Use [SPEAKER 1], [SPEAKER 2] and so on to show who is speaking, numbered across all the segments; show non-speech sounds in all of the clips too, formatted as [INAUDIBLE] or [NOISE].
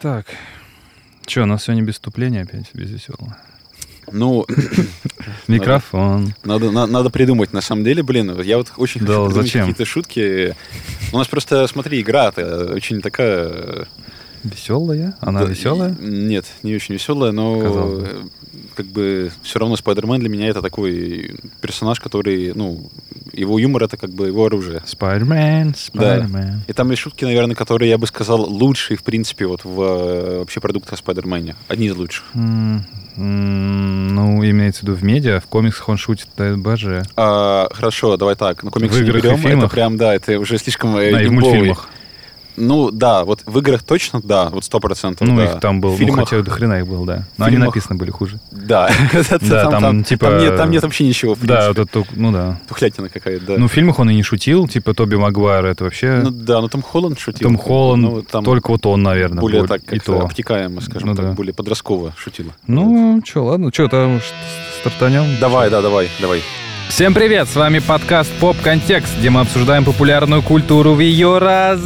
[SPEAKER 1] Так. Че, у нас сегодня без вступления опять, без веселого.
[SPEAKER 2] Ну,
[SPEAKER 1] Микрофон.
[SPEAKER 2] надо, на- надо придумать, на самом деле, блин, я вот очень
[SPEAKER 1] Да,
[SPEAKER 2] хочу придумать
[SPEAKER 1] зачем?
[SPEAKER 2] какие-то шутки. У нас просто, смотри, игра-то очень такая...
[SPEAKER 1] Веселая? Она
[SPEAKER 2] да,
[SPEAKER 1] веселая?
[SPEAKER 2] и- Нет, не очень веселая, но
[SPEAKER 1] Казалось
[SPEAKER 2] э, как бы все равно Спайдермен для меня это такой персонаж, который, ну, его юмор это как бы его оружие.
[SPEAKER 1] Спайдермен, Спайдермен.
[SPEAKER 2] И там есть шутки, наверное, которые, я бы сказал, лучшие, в принципе, вот в э, вообще продуктах о Спайдермене. Одни из лучших.
[SPEAKER 1] М, м, Ну, имеется в виду в медиа, в комиксах он шутит ТБЖ.
[SPEAKER 2] А, хорошо, давай так. Ну, комиксы
[SPEAKER 1] В
[SPEAKER 2] не
[SPEAKER 1] играх и
[SPEAKER 2] берем. Это
[SPEAKER 1] фильмах?
[SPEAKER 2] прям, да, это уже слишком э,
[SPEAKER 1] Да, и в
[SPEAKER 2] имбовый.
[SPEAKER 1] мультфильмах.
[SPEAKER 2] Ну, да, вот в играх точно, да, вот сто процентов.
[SPEAKER 1] Ну,
[SPEAKER 2] да.
[SPEAKER 1] их там был,
[SPEAKER 2] В
[SPEAKER 1] ну,
[SPEAKER 2] фильмах,
[SPEAKER 1] хотя до хрена их было, да. Но они
[SPEAKER 2] фильмах-
[SPEAKER 1] написаны были хуже.
[SPEAKER 2] [LAUGHS] Да, Это
[SPEAKER 1] [LAUGHS] Да, там, типа,
[SPEAKER 2] там нет, там нет вообще ничего,
[SPEAKER 1] Да,
[SPEAKER 2] в принципе.
[SPEAKER 1] вот это, только- ну да.
[SPEAKER 2] Тухлятина какая-то, да.
[SPEAKER 1] Ну, в фильмах он и не шутил, типа Тоби Магуайр, это вообще...
[SPEAKER 2] Ну, да, ну там Холланд шутил.
[SPEAKER 1] Том Холланд,
[SPEAKER 2] Ну, там
[SPEAKER 1] только вот он, наверное,
[SPEAKER 2] более
[SPEAKER 1] будет,
[SPEAKER 2] так
[SPEAKER 1] и
[SPEAKER 2] как-то
[SPEAKER 1] то.
[SPEAKER 2] обтекаемо, скажем
[SPEAKER 1] Ну,
[SPEAKER 2] так,
[SPEAKER 1] да.
[SPEAKER 2] более подростково шутила.
[SPEAKER 1] Ну, что, ладно, что, там ш- стартанем?
[SPEAKER 2] Давай, да, давай, давай.
[SPEAKER 1] Всем привет, с вами подкаст «Поп Контекст», где мы обсуждаем популярную культуру в ее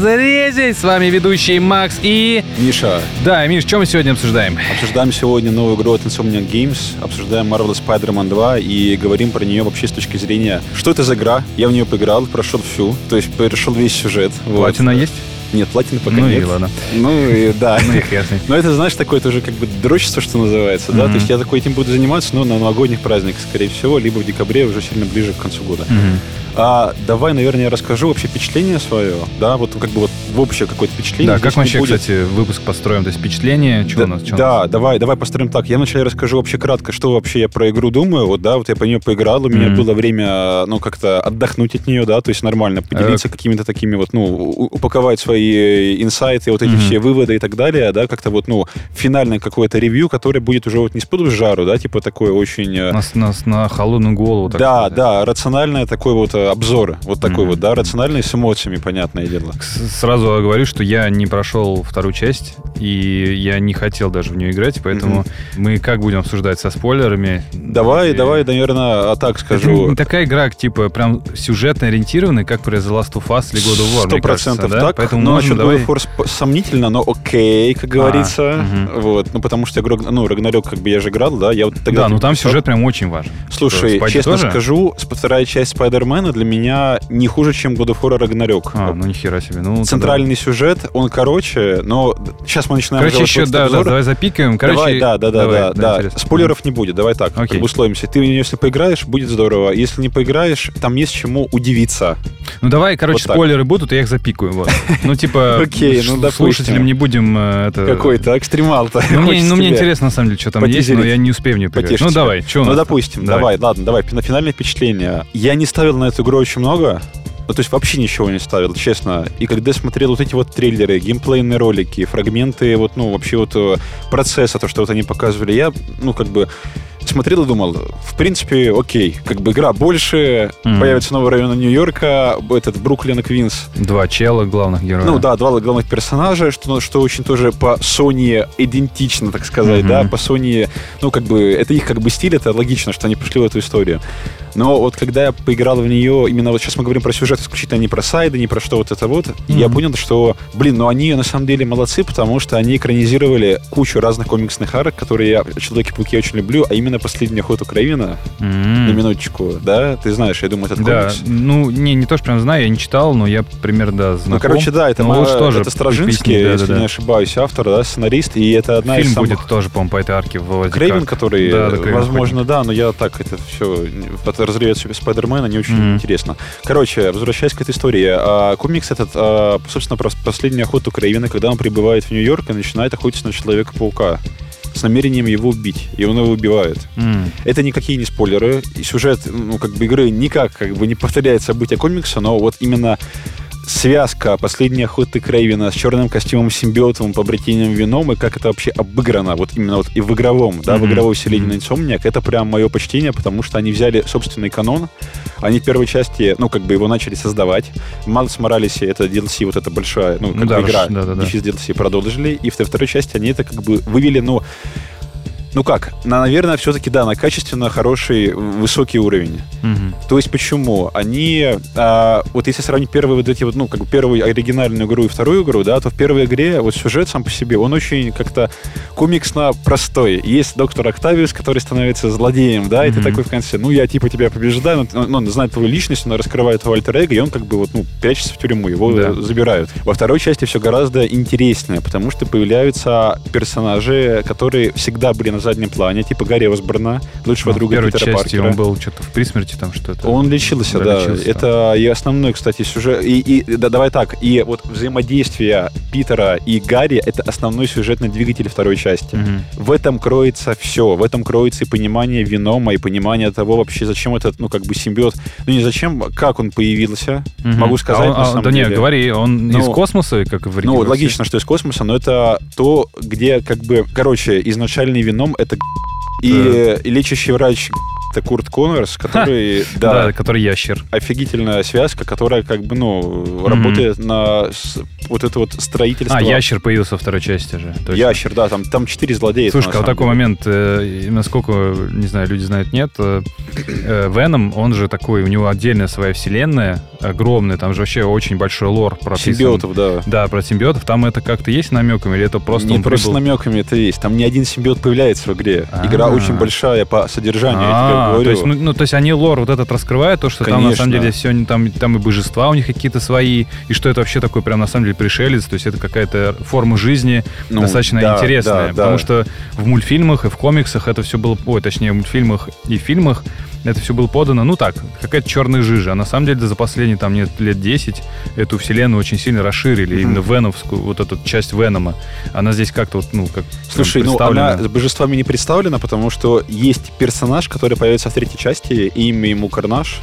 [SPEAKER 1] разрезе. С вами ведущий Макс и...
[SPEAKER 2] Миша,
[SPEAKER 1] Да, Миш, что мы сегодня обсуждаем?
[SPEAKER 2] Обсуждаем сегодня новую игру от Insomniac Games, обсуждаем Marvel Spider-Man 2 и говорим про нее вообще с точки зрения, что это за игра, я в нее поиграл, прошел всю, то есть прошел весь сюжет. вот.
[SPEAKER 1] Платина есть?
[SPEAKER 2] Нет, платина пока
[SPEAKER 1] ну
[SPEAKER 2] нет.
[SPEAKER 1] и ладно.
[SPEAKER 2] [LAUGHS] Ну и да.
[SPEAKER 1] Ну и хрен с ней.
[SPEAKER 2] Но это, знаешь, такое тоже как бы дрочество, что называется, да? То есть я такой этим буду заниматься, но на новогодних праздниках, скорее всего, либо в декабре, уже сильно ближе к концу года.
[SPEAKER 1] Мгм.
[SPEAKER 2] А давай, наверное, я расскажу вообще впечатление свое, да, вот как бы вот в общее какое-то впечатление.
[SPEAKER 1] Да,
[SPEAKER 2] Здесь
[SPEAKER 1] как
[SPEAKER 2] не
[SPEAKER 1] мы вообще,
[SPEAKER 2] будет-
[SPEAKER 1] кстати, выпуск построим? То есть впечатление, что
[SPEAKER 2] да,
[SPEAKER 1] у нас? чё у
[SPEAKER 2] да,
[SPEAKER 1] нас?
[SPEAKER 2] давай, давай построим так. Я вначале расскажу вообще кратко, что вообще я про игру думаю. Вот, да, вот я по нее поиграл, у меня
[SPEAKER 1] Мгм.
[SPEAKER 2] было время, ну, как-то отдохнуть от нее, да, то есть нормально поделиться какими-то такими вот, ну, у- упаковать свои э, инсайты, вот эти
[SPEAKER 1] Мгм.
[SPEAKER 2] все выводы и так далее, да, как-то вот, ну, финальное какое-то ревью, которое будет уже вот не с пуду с жару, да, типа такое очень... э,
[SPEAKER 1] Нас, нас на холодную голову. Ну, так
[SPEAKER 2] да,
[SPEAKER 1] сказать.
[SPEAKER 2] да, рациональное такой вот э, обзор, вот такой
[SPEAKER 1] Мгм.
[SPEAKER 2] вот, да, рациональный с эмоциями, понятное дело.
[SPEAKER 1] С- Сразу говорю, что я не прошел вторую часть, и я не хотел даже в нее играть, поэтому
[SPEAKER 2] Мгм.
[SPEAKER 1] мы как будем обсуждать со спойлерами?
[SPEAKER 2] Давай,
[SPEAKER 1] И-
[SPEAKER 2] давай, наверное, а так
[SPEAKER 1] Это [LAUGHS]
[SPEAKER 2] скажу.
[SPEAKER 1] не такая игра, типа, прям сюжетно ориентированная, как при The Last of Us или God of War,
[SPEAKER 2] Сто
[SPEAKER 1] мне кажется,
[SPEAKER 2] процентов
[SPEAKER 1] да?
[SPEAKER 2] так.
[SPEAKER 1] Поэтому
[SPEAKER 2] но
[SPEAKER 1] можно,
[SPEAKER 2] насчет
[SPEAKER 1] Ну, давай... А,
[SPEAKER 2] God of War сп- сомнительно, но окей, как говорится.
[SPEAKER 1] мгм.
[SPEAKER 2] Вот, ну потому что я говорю, ну Рагнарёк как бы я же играл, да, я вот тогда.
[SPEAKER 1] да, ну
[SPEAKER 2] тебе
[SPEAKER 1] там
[SPEAKER 2] писал.
[SPEAKER 1] сюжет прям очень важен.
[SPEAKER 2] Слушай,
[SPEAKER 1] Спайки
[SPEAKER 2] честно
[SPEAKER 1] тоже?
[SPEAKER 2] скажу, с- вторая часть Спайдермена для меня не хуже, чем God of War Рагнарёк.
[SPEAKER 1] А, ну нихера себе. Ну, тогда-
[SPEAKER 2] Центральный сюжет, он короче, но сейчас мы начинаем.
[SPEAKER 1] Короче,
[SPEAKER 2] уже вот
[SPEAKER 1] еще,
[SPEAKER 2] этот
[SPEAKER 1] да, да,
[SPEAKER 2] обзор.
[SPEAKER 1] давай запикаем. Короче,
[SPEAKER 2] Давай, да, да, да,
[SPEAKER 1] давай,
[SPEAKER 2] да, да.
[SPEAKER 1] интересно.
[SPEAKER 2] Спойлеров не будет, давай так,
[SPEAKER 1] Окей.
[SPEAKER 2] как бы условимся. Ты в неё, если поиграешь, будет здорово. Если не поиграешь, там есть чему удивиться.
[SPEAKER 1] Ну давай, короче,
[SPEAKER 2] Вот так.
[SPEAKER 1] спойлеры будут, и я их запикаю. Вот. Ну, типа,
[SPEAKER 2] [LAUGHS] Окей, ну,
[SPEAKER 1] ш-
[SPEAKER 2] допустим.
[SPEAKER 1] слушателям не будем э, это.
[SPEAKER 2] Какой-то [LAUGHS] экстремал-то.
[SPEAKER 1] Ну, мне,
[SPEAKER 2] хочется
[SPEAKER 1] ну, мне
[SPEAKER 2] тебе.
[SPEAKER 1] интересно, на самом деле, что там есть, но
[SPEAKER 2] Потизерить.
[SPEAKER 1] я не успею в нее поиграть.
[SPEAKER 2] Потешь
[SPEAKER 1] Ну,
[SPEAKER 2] тебя.
[SPEAKER 1] давай, что у
[SPEAKER 2] Ну,
[SPEAKER 1] нас?
[SPEAKER 2] допустим, давай. давай, давай, пи- на финальное впечатление. Я не ставил на эту игру очень много, ну, то есть вообще ничего не ставил, честно. И когда смотрел вот эти вот трейлеры, геймплейные ролики, фрагменты, вот, ну, вообще вот э, процесса, то, что вот они показывали, я, ну, как бы смотрел и думал, в принципе, окей, как бы игра больше,
[SPEAKER 1] Мгм.
[SPEAKER 2] появится новый район Нью-Йорка, этот Бруклин и Квинс,
[SPEAKER 1] Два чела главных героя.
[SPEAKER 2] ну да, два главных персонажа, что, что очень тоже по Sony идентично, так сказать,
[SPEAKER 1] Мгм.
[SPEAKER 2] да, по Sony, ну как бы, это их как бы стиль, это логично, что они пошли в эту историю. Но вот когда я поиграл в нее, именно вот сейчас мы говорим про сюжет исключительно а не про сайды, не про что вот это вот, и я
[SPEAKER 1] Мгм.
[SPEAKER 2] понял, что, блин, ну они на самом деле молодцы, потому что они экранизировали кучу разных комиксных арок, которые я в Человеке-пауке очень люблю, а именно «Последний охот Украина»,
[SPEAKER 1] М.
[SPEAKER 2] на минуточку, да, ты знаешь, я думаю, этот
[SPEAKER 1] Да,
[SPEAKER 2] комикс.
[SPEAKER 1] ну, не, не то, что прям знаю, я не читал, но я примерно, да, знаком.
[SPEAKER 2] Ну, короче, да, это,
[SPEAKER 1] Ну,
[SPEAKER 2] ма-
[SPEAKER 1] лучше тоже
[SPEAKER 2] это Стражинский,
[SPEAKER 1] пояснить, да,
[SPEAKER 2] если
[SPEAKER 1] да, да.
[SPEAKER 2] не ошибаюсь, автор, да, сценарист, и это одна
[SPEAKER 1] Фильм
[SPEAKER 2] из самых...
[SPEAKER 1] будет тоже, по-моему, по этой арке выводить.
[SPEAKER 2] Крейвен, который,
[SPEAKER 1] Да, да,
[SPEAKER 2] э,
[SPEAKER 1] Крейвен
[SPEAKER 2] возможно, да, но я так это все разрывет себе Спайдермена, не очень
[SPEAKER 1] Мгм.
[SPEAKER 2] интересно. Короче, возвращаясь к этой истории, а, комикс этот, а, собственно, про последнюю охоту Крейвена, когда он прибывает в Нью-Йорк и начинает охотиться на Человека-паука с намерением его убить, и он его убивает. Это никакие не спойлеры. И сюжет, ну, как бы игры никак как бы не повторяет события комикса, но вот именно связка последней охоты Крейвина с черным костюмом симбиотом, побратением вином, и как это вообще обыграно, вот именно вот и в игровом, да, в
[SPEAKER 1] Мгм.
[SPEAKER 2] игровой вселенной
[SPEAKER 1] Мгм.
[SPEAKER 2] Инсомниак, это прям мое почтение, потому что они взяли собственный канон, они в первой части, ну, как бы его начали создавать. Майлз Моралисе, это DLC, вот эта большая, ну, как
[SPEAKER 1] Да,
[SPEAKER 2] бы игра,
[SPEAKER 1] да, да, да.
[SPEAKER 2] Дефис DLC продолжили, и во второй части они это как бы вывели, ну, Ну как, на, наверное, все-таки, да, на качественно хороший, высокий уровень.
[SPEAKER 1] Мгм.
[SPEAKER 2] То есть почему? Они, а, вот если сравнить первые вот эти вот, ну, как бы первую оригинальную игру и вторую игру, да, то в первой игре вот сюжет сам по себе, он очень как-то комиксно простой. Есть доктор Октавиус, который становится злодеем, да, и ты
[SPEAKER 1] Мгм.
[SPEAKER 2] такой в конце, ну, я типа тебя побеждаю, но ты- он, он знает твою личность, он раскрывает твой альтер и он как бы вот, ну, прячется в тюрьму, его
[SPEAKER 1] Да.
[SPEAKER 2] э, забирают. Во второй части все гораздо интереснее, потому что появляются персонажи, которые всегда были на заднем плане, типа Гарри Осборна, лучшего
[SPEAKER 1] Ну, в
[SPEAKER 2] друга
[SPEAKER 1] первой
[SPEAKER 2] Питера
[SPEAKER 1] части
[SPEAKER 2] Паркера.
[SPEAKER 1] он был что-то в присмерти там что-то.
[SPEAKER 2] Он лечился, да.
[SPEAKER 1] лечился.
[SPEAKER 2] Это и основной, кстати, сюжет. И, и- да, давай так. И вот взаимодействие Питера и Гарри — это основной сюжетный двигатель второй части.
[SPEAKER 1] Мгм.
[SPEAKER 2] В этом кроется все. В этом кроется и понимание Венома, и понимание того вообще, зачем этот, ну, как бы симбиот... Ну, не зачем, как он появился. Ну,
[SPEAKER 1] Мгм.
[SPEAKER 2] Могу сказать,
[SPEAKER 1] А он-
[SPEAKER 2] на
[SPEAKER 1] а,
[SPEAKER 2] самом
[SPEAKER 1] Да не,
[SPEAKER 2] деле.
[SPEAKER 1] говори, он
[SPEAKER 2] Ну,
[SPEAKER 1] из космоса, как и в
[SPEAKER 2] Ну,
[SPEAKER 1] оригинале?
[SPEAKER 2] логично, что из космоса, но это то, где, как бы... Короче, изначальный Веном — это и, и лечащий врач — это Курт Коннорс,
[SPEAKER 1] [LAUGHS]
[SPEAKER 2] который...
[SPEAKER 1] Да, который ящер. А,
[SPEAKER 2] офигительная связка, которая как бы, ну,
[SPEAKER 1] Мгм.
[SPEAKER 2] работает на с- вот это вот строительство.
[SPEAKER 1] А, ящер появился во второй части же. точно.
[SPEAKER 2] Ящер, да, там, там четыре злодея.
[SPEAKER 1] Слушай,
[SPEAKER 2] на
[SPEAKER 1] а вот
[SPEAKER 2] самом
[SPEAKER 1] такой
[SPEAKER 2] деле.
[SPEAKER 1] момент, э, насколько, не знаю, люди знают, нет, э, э, Веном, он же такой, у него отдельная своя вселенная, огромная, там же вообще очень большой лор прописан.
[SPEAKER 2] Симбиотов, да.
[SPEAKER 1] Да, про симбиотов. Там это как-то есть намеком, или это просто
[SPEAKER 2] не
[SPEAKER 1] он
[SPEAKER 2] просто
[SPEAKER 1] прибыл?
[SPEAKER 2] намеками это есть. Там ни один симбиот появляется в игре. Игра
[SPEAKER 1] А.
[SPEAKER 2] очень большая по содержанию, я тебе
[SPEAKER 1] А,
[SPEAKER 2] говорю.
[SPEAKER 1] то есть, ну, ну, то есть они лор вот этот раскрывают, то, что там на самом
[SPEAKER 2] Конечно.
[SPEAKER 1] деле все, там, там и божества у них какие-то свои, и что это вообще такое прям на самом деле пришелец, то есть это какая-то форма жизни
[SPEAKER 2] Ну,
[SPEAKER 1] достаточно
[SPEAKER 2] да,
[SPEAKER 1] интересная,
[SPEAKER 2] да, да.
[SPEAKER 1] потому что в мультфильмах и в комиксах это все было, ой, точнее в мультфильмах и в фильмах это все было подано, ну так, какая-то черная жижа, а на самом деле за последние там нет, лет 10 эту вселенную очень сильно расширили,
[SPEAKER 2] Мгм.
[SPEAKER 1] именно Веновскую, вот эту часть Венома, она здесь как-то вот, ну, как прям
[SPEAKER 2] Слушай, ну
[SPEAKER 1] представлена.
[SPEAKER 2] она с божествами не представлена, потому что есть персонаж, который появится в третьей части, и имя ему Карнаж.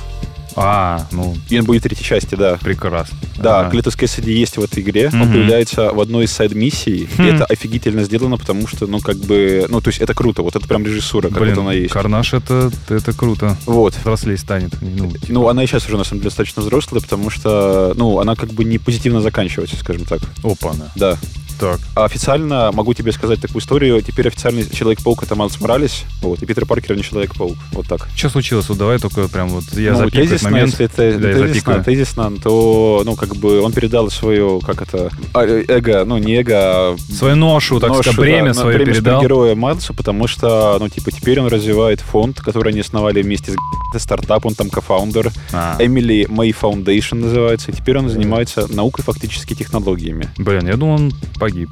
[SPEAKER 1] А, ну,
[SPEAKER 2] И он будет в третьей части, да.
[SPEAKER 1] прекрасно.
[SPEAKER 2] Да,
[SPEAKER 1] Ага.
[SPEAKER 2] Клитус Кэссиди есть в этой игре. Он
[SPEAKER 1] Мгм.
[SPEAKER 2] появляется в одной из сайд-миссий.
[SPEAKER 1] Хм.
[SPEAKER 2] И это офигительно сделано, потому что, ну, как бы... Ну, то есть это круто. Вот это прям режиссура, как
[SPEAKER 1] Блин,
[SPEAKER 2] вот она есть.
[SPEAKER 1] Карнаж это, это круто.
[SPEAKER 2] Вот.
[SPEAKER 1] Взрослей станет. Ну,
[SPEAKER 2] Ну, она и сейчас уже, на самом деле, достаточно взрослая, потому что, ну, она как бы не позитивно заканчивается, скажем так.
[SPEAKER 1] опа она.
[SPEAKER 2] Да.
[SPEAKER 1] Так.
[SPEAKER 2] А официально, могу тебе сказать такую историю, теперь официальный Человек-паук это Майлз Моралес, вот, и Питер Паркер не Человек-паук. Вот так.
[SPEAKER 1] Что случилось? Вот давай только прям вот я
[SPEAKER 2] ну,
[SPEAKER 1] запикаю этот
[SPEAKER 2] тезисно,
[SPEAKER 1] момент.
[SPEAKER 2] если это
[SPEAKER 1] Да, я
[SPEAKER 2] тезисно,
[SPEAKER 1] запикаю.
[SPEAKER 2] тезисно, то, ну, как бы он передал свое, как это, а, э, эго, ну, не эго, а
[SPEAKER 1] Свою ношу, Ну, так
[SPEAKER 2] ношу,
[SPEAKER 1] сказать,
[SPEAKER 2] да,
[SPEAKER 1] бремя
[SPEAKER 2] на-
[SPEAKER 1] свое
[SPEAKER 2] бремя
[SPEAKER 1] передал.
[SPEAKER 2] героя Майлзу, потому что, ну, типа, теперь он развивает фонд, который они основали вместе с это стартап, он там кофаундер.
[SPEAKER 1] А,
[SPEAKER 2] Эмили Мэй Foundation называется, и теперь он занимается наукой,
[SPEAKER 1] [LAUGHS]
[SPEAKER 2] фактически технологиями.
[SPEAKER 1] Блин, я думал, он погиб.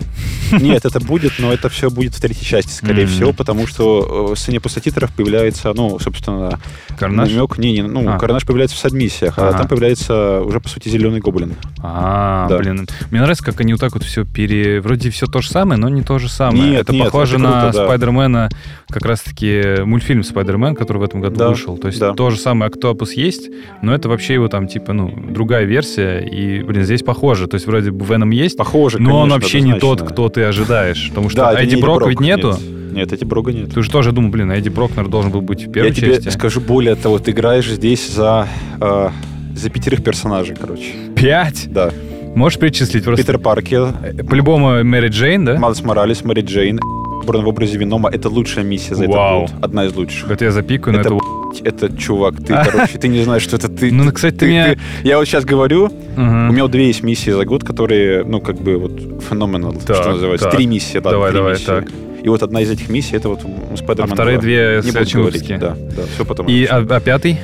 [SPEAKER 2] Нет, это будет, но это все будет в третьей части, скорее
[SPEAKER 1] М.
[SPEAKER 2] всего, потому что э, в сцене после титров появляется, ну, собственно,
[SPEAKER 1] Карнаж?
[SPEAKER 2] намек. Не, не, ну,
[SPEAKER 1] А.
[SPEAKER 2] Карнаж появляется в садмиссиях, а
[SPEAKER 1] Ага.
[SPEAKER 2] там появляется уже, по сути, зеленый гоблин.
[SPEAKER 1] А,
[SPEAKER 2] Да.
[SPEAKER 1] блин. Мне нравится, как они вот так вот все пере... Вроде все то же самое, но не то же самое.
[SPEAKER 2] Нет,
[SPEAKER 1] это
[SPEAKER 2] нет,
[SPEAKER 1] похоже
[SPEAKER 2] это
[SPEAKER 1] на
[SPEAKER 2] круто, да.
[SPEAKER 1] Спайдермена, как раз-таки э, мультфильм Спайдермен, который в этом году
[SPEAKER 2] Да,
[SPEAKER 1] вышел. То есть
[SPEAKER 2] да.
[SPEAKER 1] то же самое Октопус есть, но это вообще его там, типа, ну, другая версия. И, блин, здесь похоже. То есть вроде бы Веном есть,
[SPEAKER 2] Похоже,
[SPEAKER 1] но он
[SPEAKER 2] конечно,
[SPEAKER 1] вообще не тот,
[SPEAKER 2] однозначно.
[SPEAKER 1] кто ты ожидаешь. Потому что
[SPEAKER 2] Да, это не
[SPEAKER 1] Эдди Брок
[SPEAKER 2] Брок,
[SPEAKER 1] ведь нету.
[SPEAKER 2] Нет, нет Эдди Брога нет.
[SPEAKER 1] Ты же тоже думал, блин, а Эдди Брок, наверное, должен был быть в первой
[SPEAKER 2] Я тебе
[SPEAKER 1] части.
[SPEAKER 2] скажу более того, ты играешь здесь за, э, за пятерых персонажей, короче.
[SPEAKER 1] Пять?
[SPEAKER 2] Да.
[SPEAKER 1] Можешь перечислить? Просто
[SPEAKER 2] Питер Паркер, э,
[SPEAKER 1] по-любому Мэри Джейн, да?
[SPEAKER 2] Майлз Моралес, Мэри Джейн, Борн в образе Венома. Это лучшая миссия за
[SPEAKER 1] Вау.
[SPEAKER 2] этот год. Одна из лучших.
[SPEAKER 1] Это я запикаю, но
[SPEAKER 2] Это
[SPEAKER 1] это...
[SPEAKER 2] Это чувак,
[SPEAKER 1] [LAUGHS]
[SPEAKER 2] ты, короче, ты не знаешь, что это ты.
[SPEAKER 1] Ну, кстати, ты меня-
[SPEAKER 2] Я вот сейчас говорю,
[SPEAKER 1] Мгм.
[SPEAKER 2] у меня вот две есть миссии за год, которые, ну, как бы вот феноменал,
[SPEAKER 1] Так,
[SPEAKER 2] что называется.
[SPEAKER 1] так.
[SPEAKER 2] Три миссии, да,
[SPEAKER 1] Давай,
[SPEAKER 2] три
[SPEAKER 1] давай,
[SPEAKER 2] миссии.
[SPEAKER 1] так.
[SPEAKER 2] И вот одна из этих миссий, это вот м, Spider-Man
[SPEAKER 1] А вторые
[SPEAKER 2] 2.
[SPEAKER 1] две
[SPEAKER 2] Не буду
[SPEAKER 1] следующие
[SPEAKER 2] говорить,
[SPEAKER 1] выпуски.
[SPEAKER 2] да, да, все потом.
[SPEAKER 1] И, а, а пятый?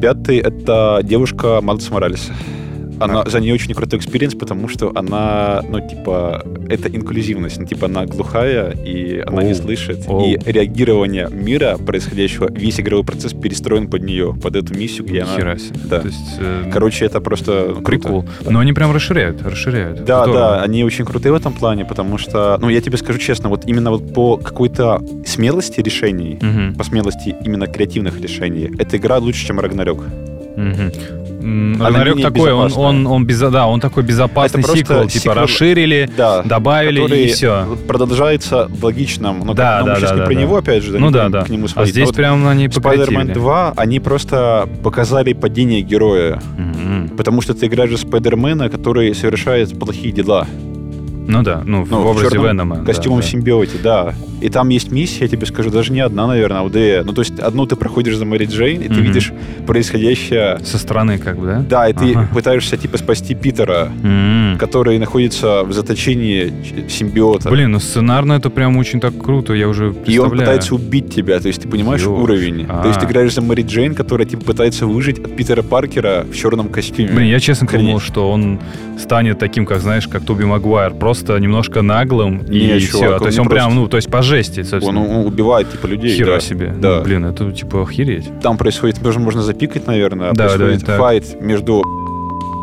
[SPEAKER 2] Пятый — это девушка Майлза Моралеса. Она, За нее очень крутой экспириенс, потому что она, ну, типа, это инклюзивность. Ну, типа, она глухая, и она
[SPEAKER 1] Оу.
[SPEAKER 2] не слышит.
[SPEAKER 1] Оу.
[SPEAKER 2] И реагирование мира происходящего, весь игровой процесс перестроен под нее, под эту миссию, где она...
[SPEAKER 1] Хера себе.
[SPEAKER 2] да.
[SPEAKER 1] То есть, э,
[SPEAKER 2] Короче, это просто круто.
[SPEAKER 1] прикол. Но они прям расширяют, расширяют.
[SPEAKER 2] Да,
[SPEAKER 1] Здорово.
[SPEAKER 2] да, они очень крутые в этом плане, потому что, ну, я тебе скажу честно, вот именно вот по какой-то смелости решений,
[SPEAKER 1] Мгм,
[SPEAKER 2] по смелости именно креативных решений, эта игра лучше, чем Рагнарёк.
[SPEAKER 1] мгм. М,
[SPEAKER 2] Она
[SPEAKER 1] Рагнарёк
[SPEAKER 2] менее
[SPEAKER 1] такой, он,
[SPEAKER 2] безопасная.
[SPEAKER 1] он, он без, да, он такой безопасный
[SPEAKER 2] Это просто
[SPEAKER 1] сиквел, типа
[SPEAKER 2] сиквел-
[SPEAKER 1] расширили,
[SPEAKER 2] Да.
[SPEAKER 1] добавили
[SPEAKER 2] который
[SPEAKER 1] и все.
[SPEAKER 2] продолжается в логичном. Но
[SPEAKER 1] Да,
[SPEAKER 2] как- но
[SPEAKER 1] да,
[SPEAKER 2] мы сейчас
[SPEAKER 1] да,
[SPEAKER 2] не
[SPEAKER 1] да,
[SPEAKER 2] про
[SPEAKER 1] да.
[SPEAKER 2] него, опять же, да,
[SPEAKER 1] ну
[SPEAKER 2] не
[SPEAKER 1] да,
[SPEAKER 2] будем
[SPEAKER 1] да.
[SPEAKER 2] к нему
[SPEAKER 1] а
[SPEAKER 2] сводить.
[SPEAKER 1] здесь
[SPEAKER 2] Но вот
[SPEAKER 1] прям они
[SPEAKER 2] Spider-Man
[SPEAKER 1] покрутили.
[SPEAKER 2] 2, они просто показали падение героя.
[SPEAKER 1] Мгм.
[SPEAKER 2] Потому что ты играешь за Спайдермена, который совершает плохие дела.
[SPEAKER 1] Ну да, ну, в образе
[SPEAKER 2] черном
[SPEAKER 1] Венома.
[SPEAKER 2] Костюмом
[SPEAKER 1] да, да.
[SPEAKER 2] симбиоте, да. И там есть миссия, я тебе скажу, даже не одна, наверное, а вот две. Ну, то есть одну ты проходишь за Мэри Джейн, и ты
[SPEAKER 1] Мгм.
[SPEAKER 2] видишь происходящее.
[SPEAKER 1] Со стороны как бы, да?
[SPEAKER 2] Да, и ты
[SPEAKER 1] Ага.
[SPEAKER 2] пытаешься, типа, спасти Питера,
[SPEAKER 1] М.
[SPEAKER 2] который находится в заточении ч- симбиота.
[SPEAKER 1] Блин, ну сценарно это прям очень так круто, я уже
[SPEAKER 2] И
[SPEAKER 1] представляю.
[SPEAKER 2] он пытается убить тебя, то есть ты понимаешь
[SPEAKER 1] Ёж.
[SPEAKER 2] уровень.
[SPEAKER 1] А.
[SPEAKER 2] То есть ты играешь за Мэри Джейн, которая типа пытается выжить от Питера Паркера в черном костюме.
[SPEAKER 1] Блин, я честно
[SPEAKER 2] Охренеть.
[SPEAKER 1] думал, что он станет таким, как, знаешь, как Тоби Магуайр, просто немножко наглым и
[SPEAKER 2] Не,
[SPEAKER 1] все.
[SPEAKER 2] чувак,
[SPEAKER 1] То
[SPEAKER 2] он
[SPEAKER 1] есть
[SPEAKER 2] не
[SPEAKER 1] он прям,
[SPEAKER 2] просто.
[SPEAKER 1] ну, то есть по жести,
[SPEAKER 2] он,
[SPEAKER 1] собственно.
[SPEAKER 2] он убивает типа людей.
[SPEAKER 1] Хера
[SPEAKER 2] да.
[SPEAKER 1] себе. Ну,
[SPEAKER 2] Да.
[SPEAKER 1] блин, это типа охереть.
[SPEAKER 2] Там происходит, тоже можно запикать, наверное, а
[SPEAKER 1] Да, да,
[SPEAKER 2] происходит
[SPEAKER 1] так.
[SPEAKER 2] файт между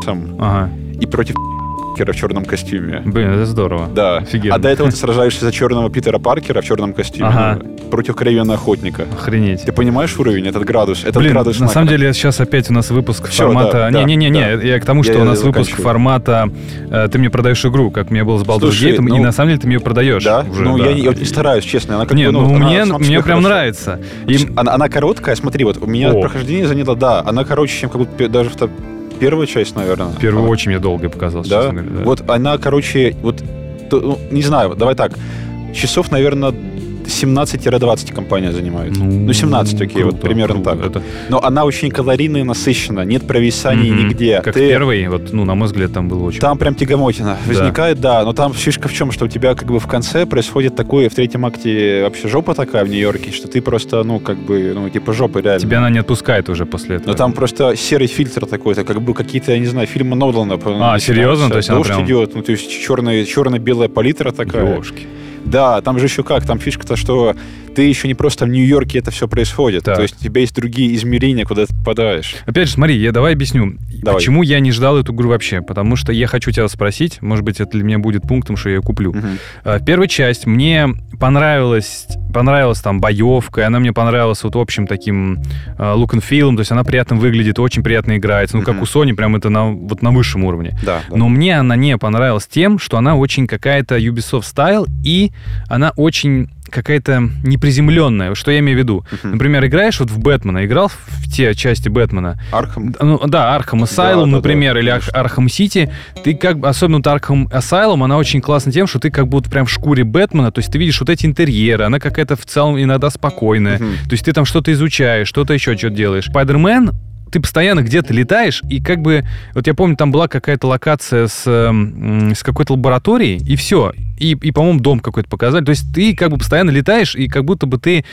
[SPEAKER 2] сом
[SPEAKER 1] Ага.
[SPEAKER 2] и против Паркера в черном костюме.
[SPEAKER 1] Блин, это здорово.
[SPEAKER 2] Да.
[SPEAKER 1] Офигенно.
[SPEAKER 2] А до этого ты сражаешься за черного Питера Паркера в черном костюме
[SPEAKER 1] Ага.
[SPEAKER 2] против кровена охотника.
[SPEAKER 1] Охренеть.
[SPEAKER 2] Ты понимаешь уровень, этот градус? Этот
[SPEAKER 1] Блин,
[SPEAKER 2] градус
[SPEAKER 1] на
[SPEAKER 2] накала.
[SPEAKER 1] самом деле сейчас опять у нас выпуск
[SPEAKER 2] Всё,
[SPEAKER 1] формата...
[SPEAKER 2] да, да,
[SPEAKER 1] Не-не-не, я к тому, что
[SPEAKER 2] Я-
[SPEAKER 1] у
[SPEAKER 2] я
[SPEAKER 1] нас выпуск
[SPEAKER 2] заканчиваю.
[SPEAKER 1] формата э, «Ты мне продаешь игру», как у меня был с Baldur's
[SPEAKER 2] Слушай,
[SPEAKER 1] Gate'ом, и
[SPEAKER 2] ну-
[SPEAKER 1] на самом деле ты мне ее продаешь.
[SPEAKER 2] Да?
[SPEAKER 1] уже,
[SPEAKER 2] ну,
[SPEAKER 1] да.
[SPEAKER 2] я, не, я вот не стараюсь, честно. Она как
[SPEAKER 1] Не,
[SPEAKER 2] бы,
[SPEAKER 1] ну,
[SPEAKER 2] она
[SPEAKER 1] мне,
[SPEAKER 2] сама по
[SPEAKER 1] мне
[SPEAKER 2] себе
[SPEAKER 1] прям
[SPEAKER 2] хорошая.
[SPEAKER 1] нравится. И-
[SPEAKER 2] Она, она короткая, смотри, вот у меня
[SPEAKER 1] О.
[SPEAKER 2] прохождение заняло, да, она короче, чем как бы пе- даже вто- первая часть, наверное.
[SPEAKER 1] В первую
[SPEAKER 2] А,
[SPEAKER 1] очередь мне долго показалось,
[SPEAKER 2] да?
[SPEAKER 1] честно говоря. да.
[SPEAKER 2] Вот она, короче, вот, то- ну, не знаю, вот давай так, часов, наверное, 17-20 компания занимает. ну, 17, окей, вот
[SPEAKER 1] круто,
[SPEAKER 2] примерно
[SPEAKER 1] круто.
[SPEAKER 2] так.
[SPEAKER 1] Это
[SPEAKER 2] Но она очень калорийная, насыщена, нет провисаний
[SPEAKER 1] Мгм.
[SPEAKER 2] нигде.
[SPEAKER 1] Как
[SPEAKER 2] Ты-
[SPEAKER 1] первый, вот, ну, на мой взгляд, там было очень...
[SPEAKER 2] Там прям тягомотина возникает, да. Но там фишка в чем, что у тебя как бы в конце происходит такое, в третьем акте вообще жопа такая в Нью-Йорке, что ты просто, ну, как бы, ну, типа жопа реально.
[SPEAKER 1] Тебя она не отпускает уже после этого.
[SPEAKER 2] Но Ну, там просто серый фильтр такой, это как бы какие-то, я не знаю, фильмы Нолана. по-моему,
[SPEAKER 1] А, серьезно?
[SPEAKER 2] начинаются.
[SPEAKER 1] То есть она
[SPEAKER 2] Дождь
[SPEAKER 1] прям-
[SPEAKER 2] идет, ну, то есть черная, черно-белая палитра такая.
[SPEAKER 1] Ёшки.
[SPEAKER 2] Да, там же еще как, там фишка-то, что ты еще не просто в Нью-Йорке это все происходит.
[SPEAKER 1] Так.
[SPEAKER 2] То есть у тебя есть другие измерения, куда ты попадаешь.
[SPEAKER 1] Опять же, смотри, я давай объясню,
[SPEAKER 2] Давай.
[SPEAKER 1] почему я не ждал эту игру вообще. Потому что я хочу тебя спросить, может быть, это для меня будет пунктом, что я ее куплю.
[SPEAKER 2] Мгм.
[SPEAKER 1] Э, Первая часть мне понравилась, понравилась там боевка, и она мне понравилась вот общим таким э, look and feel, то есть она приятно выглядит, очень приятно играется, ну как
[SPEAKER 2] Мгм.
[SPEAKER 1] у Sony, прям это на, вот на высшем уровне.
[SPEAKER 2] Да. да.
[SPEAKER 1] Но мне она не понравилась тем, что она очень какая-то Ubisoft стайл, и она очень какая-то неприземленная. Что я имею в виду?
[SPEAKER 2] Мгм.
[SPEAKER 1] Например, играешь вот в Бэтмена, играл в те части Бэтмена,
[SPEAKER 2] Аркхам.
[SPEAKER 1] ну, да, Архам Asylum,
[SPEAKER 2] Да, да,
[SPEAKER 1] например,
[SPEAKER 2] да,
[SPEAKER 1] или
[SPEAKER 2] конечно.
[SPEAKER 1] Архам Сити. Ты как бы, особенно вот Архам Asylum, она очень классна тем, что ты как будто прям в шкуре Бэтмена, то есть ты видишь вот эти интерьеры, она какая-то в целом иногда спокойная.
[SPEAKER 2] Мгм.
[SPEAKER 1] То есть ты там что-то изучаешь, что-то еще что-то делаешь. Спайдермен ты постоянно где-то летаешь, и как бы... Вот я помню, там была какая-то локация с, эм, м, с какой-то лабораторией, и все. И, и, по-моему, дом какой-то показали. То есть ты как бы постоянно летаешь, и как будто бы ты...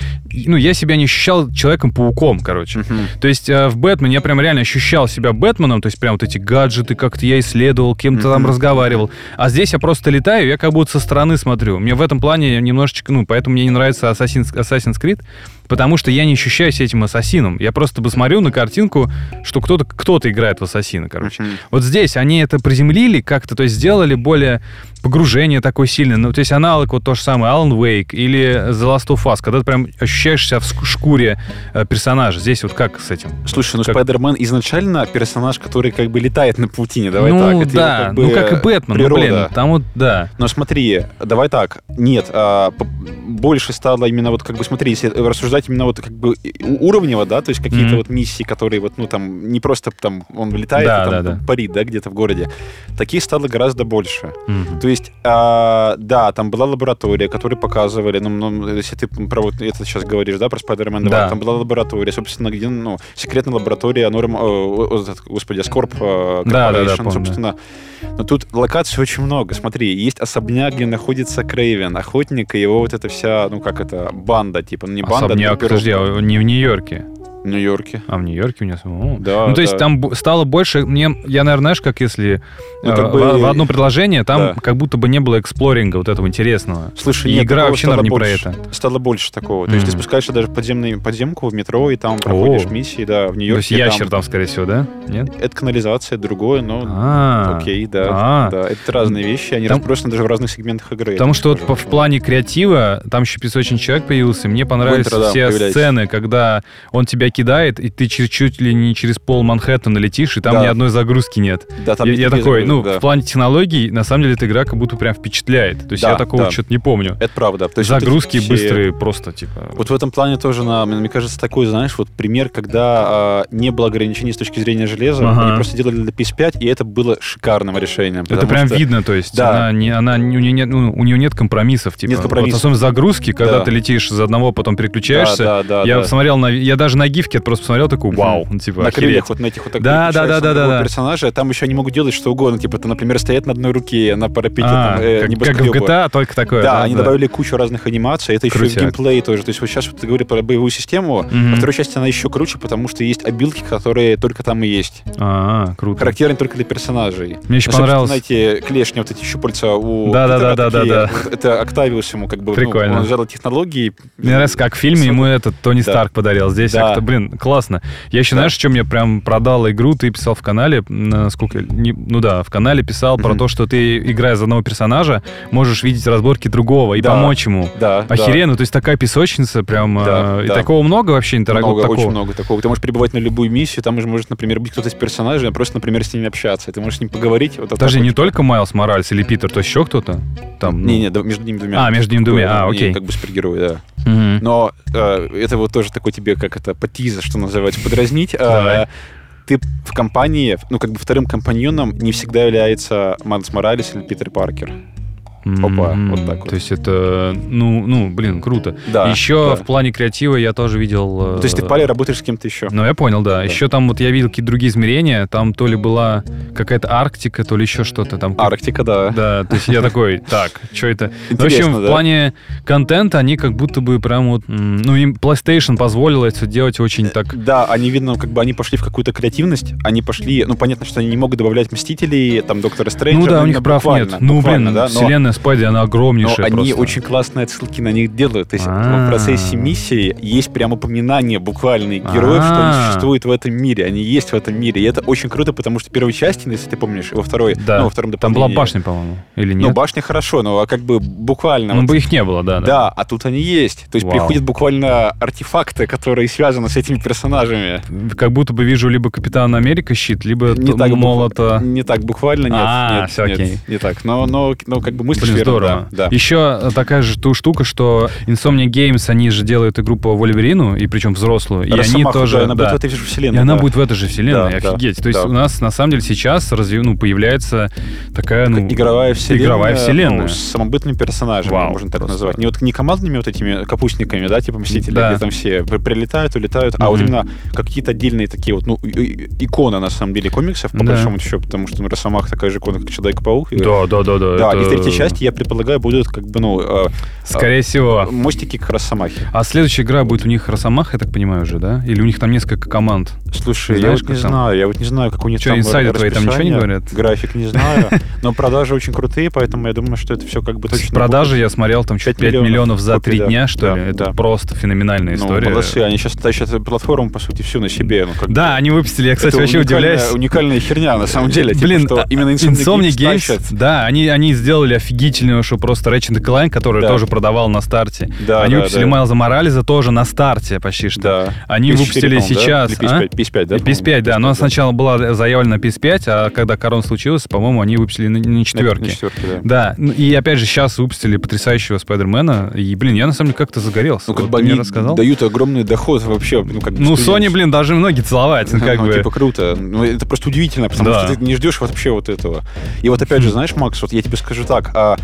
[SPEAKER 1] Ну, я себя не ощущал Человеком-пауком, короче.
[SPEAKER 2] Мгм.
[SPEAKER 1] То есть э, в Бэтмене я прям реально ощущал себя Бэтменом, то есть прям вот эти гаджеты как-то я исследовал, кем-то там
[SPEAKER 2] Мгм.
[SPEAKER 1] разговаривал. А здесь я просто летаю, я как будто со стороны смотрю. Мне в этом плане немножечко, ну, поэтому мне не нравится Assassin's, Assassin's Creed, потому что я не ощущаюсь этим ассасином. Я просто посмотрю на картинку, что кто-то кто играет в ассасина, короче.
[SPEAKER 2] Мгм.
[SPEAKER 1] Вот здесь они это приземлили как-то, то есть сделали более погружение такое сильное. Ну, то есть аналог вот то же самое Alan Wake или The Last of Us, когда ты прям ощущаешь себя в ск- шкуре э, персонажа. Здесь вот как с этим?
[SPEAKER 2] Слушай, ну
[SPEAKER 1] Как-
[SPEAKER 2] Спайдермен изначально персонаж, который как бы летает на паутине, давай
[SPEAKER 1] ну,
[SPEAKER 2] так. Это его
[SPEAKER 1] да,
[SPEAKER 2] как бы,
[SPEAKER 1] ну как и Бэтмен, ну, блин,
[SPEAKER 2] природа.
[SPEAKER 1] там вот, да.
[SPEAKER 2] Но смотри, давай так. Нет, а, п- больше стало именно вот как бы, смотри, если рассуждать именно вот как бы и- у- уровнево, да, то есть какие-то
[SPEAKER 1] Мгм.
[SPEAKER 2] вот миссии, которые вот, ну там, не просто там он летает,
[SPEAKER 1] Да,
[SPEAKER 2] и там
[SPEAKER 1] да, да.
[SPEAKER 2] парит, да, где-то в городе. Таких стало гораздо больше.
[SPEAKER 1] Мгм.
[SPEAKER 2] То есть, а, да, там была лаборатория, которую показывали, ну, ну, если ты про вот это сейчас говоришь, да, про Spider-Man 2,
[SPEAKER 1] Да.
[SPEAKER 2] там была лаборатория, собственно, где, ну, секретная лаборатория Норм, э, о- о, этот, господи, Скорб
[SPEAKER 1] Да, да, да, помню.
[SPEAKER 2] собственно. Но тут локаций очень много. Смотри, есть особняк, где находится Крейвен, охотник, и его вот эта вся, ну, как это, банда, типа, ну, не банда, а
[SPEAKER 1] Особняк,
[SPEAKER 2] группировка
[SPEAKER 1] подожди, а не в Нью-Йорке,
[SPEAKER 2] в Нью-Йорке.
[SPEAKER 1] а в Нью-Йорке у меня... самого.
[SPEAKER 2] Да,
[SPEAKER 1] ну, то есть
[SPEAKER 2] да.
[SPEAKER 1] там бо- стало больше... Мне, я, наверное, знаешь, как если
[SPEAKER 2] Ну,
[SPEAKER 1] э,
[SPEAKER 2] как
[SPEAKER 1] в-
[SPEAKER 2] бы-
[SPEAKER 1] в, одно предложение там
[SPEAKER 2] Да.
[SPEAKER 1] как будто бы не было эксплоринга вот этого интересного.
[SPEAKER 2] Слушай,
[SPEAKER 1] И
[SPEAKER 2] нет,
[SPEAKER 1] игра
[SPEAKER 2] такого
[SPEAKER 1] вообще,
[SPEAKER 2] стало
[SPEAKER 1] наверное, не про
[SPEAKER 2] больше.
[SPEAKER 1] это.
[SPEAKER 2] Стало больше такого. То есть ты
[SPEAKER 1] Мгм.
[SPEAKER 2] спускаешься даже в подземный, подземку в метро, и там проходишь
[SPEAKER 1] О.
[SPEAKER 2] миссии, да, в
[SPEAKER 1] То
[SPEAKER 2] Нью-Йорке.
[SPEAKER 1] есть ящер
[SPEAKER 2] там-
[SPEAKER 1] там, скорее всего, да? Нет?
[SPEAKER 2] Это канализация, другое, но
[SPEAKER 1] А,
[SPEAKER 2] окей, да.
[SPEAKER 1] а.
[SPEAKER 2] Да, это разные вещи, они
[SPEAKER 1] Там-
[SPEAKER 2] разбросаны даже в разных сегментах игры.
[SPEAKER 1] Потому что вот
[SPEAKER 2] тоже.
[SPEAKER 1] по- в плане креатива там еще песочный человек появился, и мне понравились
[SPEAKER 2] Гунтер, да,
[SPEAKER 1] все
[SPEAKER 2] появляется.
[SPEAKER 1] сцены, когда он тебя кидает, и ты чуть, чуть ли не через пол Манхэттена летишь, и там
[SPEAKER 2] Да.
[SPEAKER 1] ни одной загрузки нет.
[SPEAKER 2] Да, там
[SPEAKER 1] я
[SPEAKER 2] есть
[SPEAKER 1] я
[SPEAKER 2] такие
[SPEAKER 1] такой,
[SPEAKER 2] загрузки,
[SPEAKER 1] ну,
[SPEAKER 2] да.
[SPEAKER 1] в плане технологий, на самом деле, эта игра как будто прям впечатляет. То есть
[SPEAKER 2] Да,
[SPEAKER 1] я такого
[SPEAKER 2] да.
[SPEAKER 1] что-то не помню.
[SPEAKER 2] Это правда. То есть вот эти
[SPEAKER 1] Загрузки
[SPEAKER 2] все-
[SPEAKER 1] быстрые просто, типа...
[SPEAKER 2] Вот в этом плане тоже, на, мне мне кажется, такой, знаешь, вот пример, когда а, не было ограничений с точки зрения железа,
[SPEAKER 1] Ага.
[SPEAKER 2] они просто делали для PS5, и это было шикарным решением.
[SPEAKER 1] это
[SPEAKER 2] потому
[SPEAKER 1] прям
[SPEAKER 2] что-
[SPEAKER 1] видно, то есть
[SPEAKER 2] Да.
[SPEAKER 1] она, не, она не- у, нее нет, ну, у нее нет компромиссов. Типа.
[SPEAKER 2] Нет компромиссов.
[SPEAKER 1] Вот, особенно загрузки, когда
[SPEAKER 2] Да.
[SPEAKER 1] ты летишь за одного, потом переключаешься.
[SPEAKER 2] Да, да, да.
[SPEAKER 1] я
[SPEAKER 2] да.
[SPEAKER 1] смотрел, на, я даже на гифке это просто посмотрел, такой,
[SPEAKER 2] Мгм.
[SPEAKER 1] вау, ну, типа,
[SPEAKER 2] на
[SPEAKER 1] охереть.
[SPEAKER 2] крыльях вот на этих вот так
[SPEAKER 1] Да, да,
[SPEAKER 2] переключаешься
[SPEAKER 1] да, да,
[SPEAKER 2] на
[SPEAKER 1] да,
[SPEAKER 2] другого
[SPEAKER 1] да.
[SPEAKER 2] персонажа, а там еще они могут делать что угодно, типа, это, например, стоят на одной руке на парапете
[SPEAKER 1] А,
[SPEAKER 2] там, э,
[SPEAKER 1] как, как в
[SPEAKER 2] небоскреба.
[SPEAKER 1] GTA, только такое.
[SPEAKER 2] Да, они добавили кучу разных анимаций, это еще и в
[SPEAKER 1] Крутяк.
[SPEAKER 2] геймплей тоже. То есть вот сейчас вот ты говорил про боевую систему, а
[SPEAKER 1] Мгм.
[SPEAKER 2] во второй части она еще круче, потому что есть обилки, которые только там и есть.
[SPEAKER 1] А, круто.
[SPEAKER 2] характерны только для персонажей.
[SPEAKER 1] Мне еще
[SPEAKER 2] Особенно,
[SPEAKER 1] понравилось-
[SPEAKER 2] Знаете, клешни, вот эти щупальца у...
[SPEAKER 1] Да, да,
[SPEAKER 2] Петра
[SPEAKER 1] да, да,
[SPEAKER 2] такие,
[SPEAKER 1] да, да.
[SPEAKER 2] вот Это Октавиус ему как бы... ну,
[SPEAKER 1] Прикольно.
[SPEAKER 2] он взял технологии...
[SPEAKER 1] Мне нравится, как в фильме ему этот Тони
[SPEAKER 2] Да.
[SPEAKER 1] Старк подарил. Здесь
[SPEAKER 2] Да.
[SPEAKER 1] как-то, блин, классно. Я еще,
[SPEAKER 2] Да.
[SPEAKER 1] знаешь, что мне прям продал игру, ты писал в канале, м, сколько, не- ну да, в канале писал про
[SPEAKER 2] Мгм.
[SPEAKER 1] то, что ты, играя за одного персонажа, можешь видеть разборки другого и
[SPEAKER 2] Да.
[SPEAKER 1] помочь ему.
[SPEAKER 2] Да, да.
[SPEAKER 1] Охеренно, то есть такая песочница прям...
[SPEAKER 2] Да,
[SPEAKER 1] э, и
[SPEAKER 2] да.
[SPEAKER 1] такого много вообще интерактивного?
[SPEAKER 2] Много,
[SPEAKER 1] такого?
[SPEAKER 2] очень много такого. Ты можешь прибывать на любую миссию, там же может, например, быть кто-то из персонажей, а просто, например, с ними общаться. И Ты можешь с ним поговорить. Вот это
[SPEAKER 1] Даже
[SPEAKER 2] вот.
[SPEAKER 1] не только Майлз Моральс или Питер, то есть еще кто-то? Там, ну.
[SPEAKER 2] Не-не, да, между ними двумя.
[SPEAKER 1] А, между ними двумя, а,
[SPEAKER 2] Они
[SPEAKER 1] окей.
[SPEAKER 2] Как бы супергерои, да.
[SPEAKER 1] Мгм.
[SPEAKER 2] Но э, это вот тоже такой тебе, как это, потиза, что называется, подразнить. Э,
[SPEAKER 1] Давай.
[SPEAKER 2] ты в компании, ну, как бы вторым компаньоном не всегда является Манс Моралес или Питер Паркер. Ну, Опа,
[SPEAKER 1] М,
[SPEAKER 2] вот так вот.
[SPEAKER 1] То есть это, ну, ну, блин, круто.
[SPEAKER 2] Да,
[SPEAKER 1] Еще
[SPEAKER 2] да.
[SPEAKER 1] в плане креатива я тоже видел...
[SPEAKER 2] Ну, То есть ты в
[SPEAKER 1] э,
[SPEAKER 2] паре работаешь с кем-то еще.
[SPEAKER 1] Ну, я понял, да.
[SPEAKER 2] Да.
[SPEAKER 1] Еще там вот я видел какие-то другие измерения. Там то ли была какая-то Арктика, то ли еще что-то там.
[SPEAKER 2] Арктика, да.
[SPEAKER 1] Да, то есть я такой, так, что это? Ну, В
[SPEAKER 2] Интересно,
[SPEAKER 1] общем, в
[SPEAKER 2] да?
[SPEAKER 1] плане контента они как будто бы прям вот... м, Ну, им PlayStation позволила это всё делать очень так...
[SPEAKER 2] Да, они, видно, как бы они пошли в какую-то креативность, они пошли, ну, понятно, что они не могут добавлять Мстителей, там, Доктора Стрэнджа.
[SPEAKER 1] Ну да, у
[SPEAKER 2] именно
[SPEAKER 1] них прав
[SPEAKER 2] буквально,
[SPEAKER 1] нет. Ну,
[SPEAKER 2] буквально,
[SPEAKER 1] блин,
[SPEAKER 2] да, но-
[SPEAKER 1] вселенная Спайди, она
[SPEAKER 2] Но
[SPEAKER 1] огромнейшая
[SPEAKER 2] они
[SPEAKER 1] просто. А.
[SPEAKER 2] очень классные отсылки на них делают. То есть
[SPEAKER 1] А-а.
[SPEAKER 2] в процессе миссии есть прям упоминание буквальных героев, что
[SPEAKER 1] А-а.
[SPEAKER 2] они существуют в этом мире, они есть в этом мире. И это очень круто, потому что в первой части, ну, если ты помнишь, и во второй,
[SPEAKER 1] Да.
[SPEAKER 2] ну, во втором
[SPEAKER 1] Там была
[SPEAKER 2] дополнении-
[SPEAKER 1] башня, по-моему, или
[SPEAKER 2] Ну,
[SPEAKER 1] нет?
[SPEAKER 2] башня хорошо, но а как бы буквально...
[SPEAKER 1] Ну,
[SPEAKER 2] вот-
[SPEAKER 1] бы их не было, да.
[SPEAKER 2] да, а тут они есть. То есть
[SPEAKER 1] Вау.
[SPEAKER 2] приходят буквально артефакты, которые связаны с этими персонажами.
[SPEAKER 1] Как будто бы вижу либо Капитан Америка щит, либо
[SPEAKER 2] Не
[SPEAKER 1] т-
[SPEAKER 2] так буква-
[SPEAKER 1] молота.
[SPEAKER 2] Не так буквально, нет.
[SPEAKER 1] А,
[SPEAKER 2] нет,
[SPEAKER 1] всё
[SPEAKER 2] нет,
[SPEAKER 1] окей.
[SPEAKER 2] Не так. Но, но, но как бы мысль
[SPEAKER 1] Блин, здорово.
[SPEAKER 2] Да, да.
[SPEAKER 1] Еще такая же ту штука, что Insomnia Games, они же делают игру по Вольверину, и причем взрослую, и они
[SPEAKER 2] Росомаха,
[SPEAKER 1] тоже...
[SPEAKER 2] да, она будет
[SPEAKER 1] да.
[SPEAKER 2] в этой же
[SPEAKER 1] и
[SPEAKER 2] вселенной.
[SPEAKER 1] она
[SPEAKER 2] да.
[SPEAKER 1] будет в этой же вселенной,
[SPEAKER 2] Да, да,
[SPEAKER 1] офигеть. То есть
[SPEAKER 2] да.
[SPEAKER 1] у нас на самом деле сейчас разви- ну, появляется такая ну,
[SPEAKER 2] игровая вселенная,
[SPEAKER 1] игровая вселенная.
[SPEAKER 2] ну, с самобытными персонажами,
[SPEAKER 1] Вау,
[SPEAKER 2] можно так
[SPEAKER 1] просто.
[SPEAKER 2] назвать. Не вот не командными вот этими капустниками, да, типа Мстители,
[SPEAKER 1] Да.
[SPEAKER 2] где там все при- прилетают, улетают, а
[SPEAKER 1] Мгм.
[SPEAKER 2] вот именно какие-то отдельные такие вот, ну, и- и- иконы, на самом деле, комиксов, по
[SPEAKER 1] Да.
[SPEAKER 2] большому счету, потому что, ну, Росомах такая же икона, как Человек-паук. И-
[SPEAKER 1] Да, да, да, да.
[SPEAKER 2] Да,
[SPEAKER 1] это-
[SPEAKER 2] и в третьей части, я предполагаю, будут как бы, ну, э,
[SPEAKER 1] Скорее всего.
[SPEAKER 2] мостики к Росомахе.
[SPEAKER 1] А следующая игра будет у них Росомах, я так понимаю уже, да? Или у них там несколько команд?
[SPEAKER 2] Слушай,
[SPEAKER 1] Знаешь,
[SPEAKER 2] я вот
[SPEAKER 1] как
[SPEAKER 2] не
[SPEAKER 1] там?
[SPEAKER 2] знаю, я вот не знаю, как у них
[SPEAKER 1] Чё,
[SPEAKER 2] там
[SPEAKER 1] инсайды твои там ничего не
[SPEAKER 2] расписание,
[SPEAKER 1] говорят?
[SPEAKER 2] График не знаю, но продажи очень крутые, поэтому я думаю, что это все как бы
[SPEAKER 1] То есть
[SPEAKER 2] точно...
[SPEAKER 1] продажи, я смотрел, там что-то 5
[SPEAKER 2] 5
[SPEAKER 1] миллионов,
[SPEAKER 2] миллионов
[SPEAKER 1] за
[SPEAKER 2] копий,
[SPEAKER 1] 3
[SPEAKER 2] да.
[SPEAKER 1] дня, что
[SPEAKER 2] Да,
[SPEAKER 1] ли. Это
[SPEAKER 2] да.
[SPEAKER 1] просто феноменальная история.
[SPEAKER 2] Ну, молодцы, они сейчас тащат эту платформу, по сути, всю на себе. Ну, как
[SPEAKER 1] Да,
[SPEAKER 2] бы.
[SPEAKER 1] они выпустили, я, кстати,
[SPEAKER 2] Это
[SPEAKER 1] вообще
[SPEAKER 2] уникальная-
[SPEAKER 1] удивляюсь.
[SPEAKER 2] Уникальная херня, на самом деле. типа,
[SPEAKER 1] Блин,
[SPEAKER 2] что
[SPEAKER 1] а-
[SPEAKER 2] именно
[SPEAKER 1] Insomnia Games,
[SPEAKER 2] тащат.
[SPEAKER 1] да, они, они сделали офигительную, что просто Ratchet Clank, который
[SPEAKER 2] Да.
[SPEAKER 1] тоже продавал на старте.
[SPEAKER 2] Да,
[SPEAKER 1] они
[SPEAKER 2] да,
[SPEAKER 1] выпустили
[SPEAKER 2] да.
[SPEAKER 1] Майлза Морализа тоже на старте почти что.
[SPEAKER 2] Да.
[SPEAKER 1] Они
[SPEAKER 2] PS4,
[SPEAKER 1] выпустили
[SPEAKER 2] по-моему, да?
[SPEAKER 1] сейчас...
[SPEAKER 2] Или
[SPEAKER 1] а?
[SPEAKER 2] PS5, PS5, да?
[SPEAKER 1] PS5, да. Но сначала была заявлена PS5, а когда корон случилась, по-моему, они выпустили на, на четверке.
[SPEAKER 2] Четверки, да.
[SPEAKER 1] Да, ну и опять же, сейчас выпустили потрясающего Спайдермена, и, блин, я на самом деле как-то загорелся.
[SPEAKER 2] Ну, как
[SPEAKER 1] Вот
[SPEAKER 2] бы
[SPEAKER 1] ты мне
[SPEAKER 2] они
[SPEAKER 1] рассказал.
[SPEAKER 2] дают огромный доход вообще. Ну, как бы,
[SPEAKER 1] Ну, Sony,
[SPEAKER 2] студиям.
[SPEAKER 1] блин, даже многие
[SPEAKER 2] [LAUGHS]
[SPEAKER 1] целовать, ну, как
[SPEAKER 2] Ну,
[SPEAKER 1] бы.
[SPEAKER 2] типа круто. Ну, это просто удивительно, потому
[SPEAKER 1] Да.
[SPEAKER 2] что ты не ждешь вообще вот этого. И вот опять же, знаешь, Макс, вот я тебе скажу так, а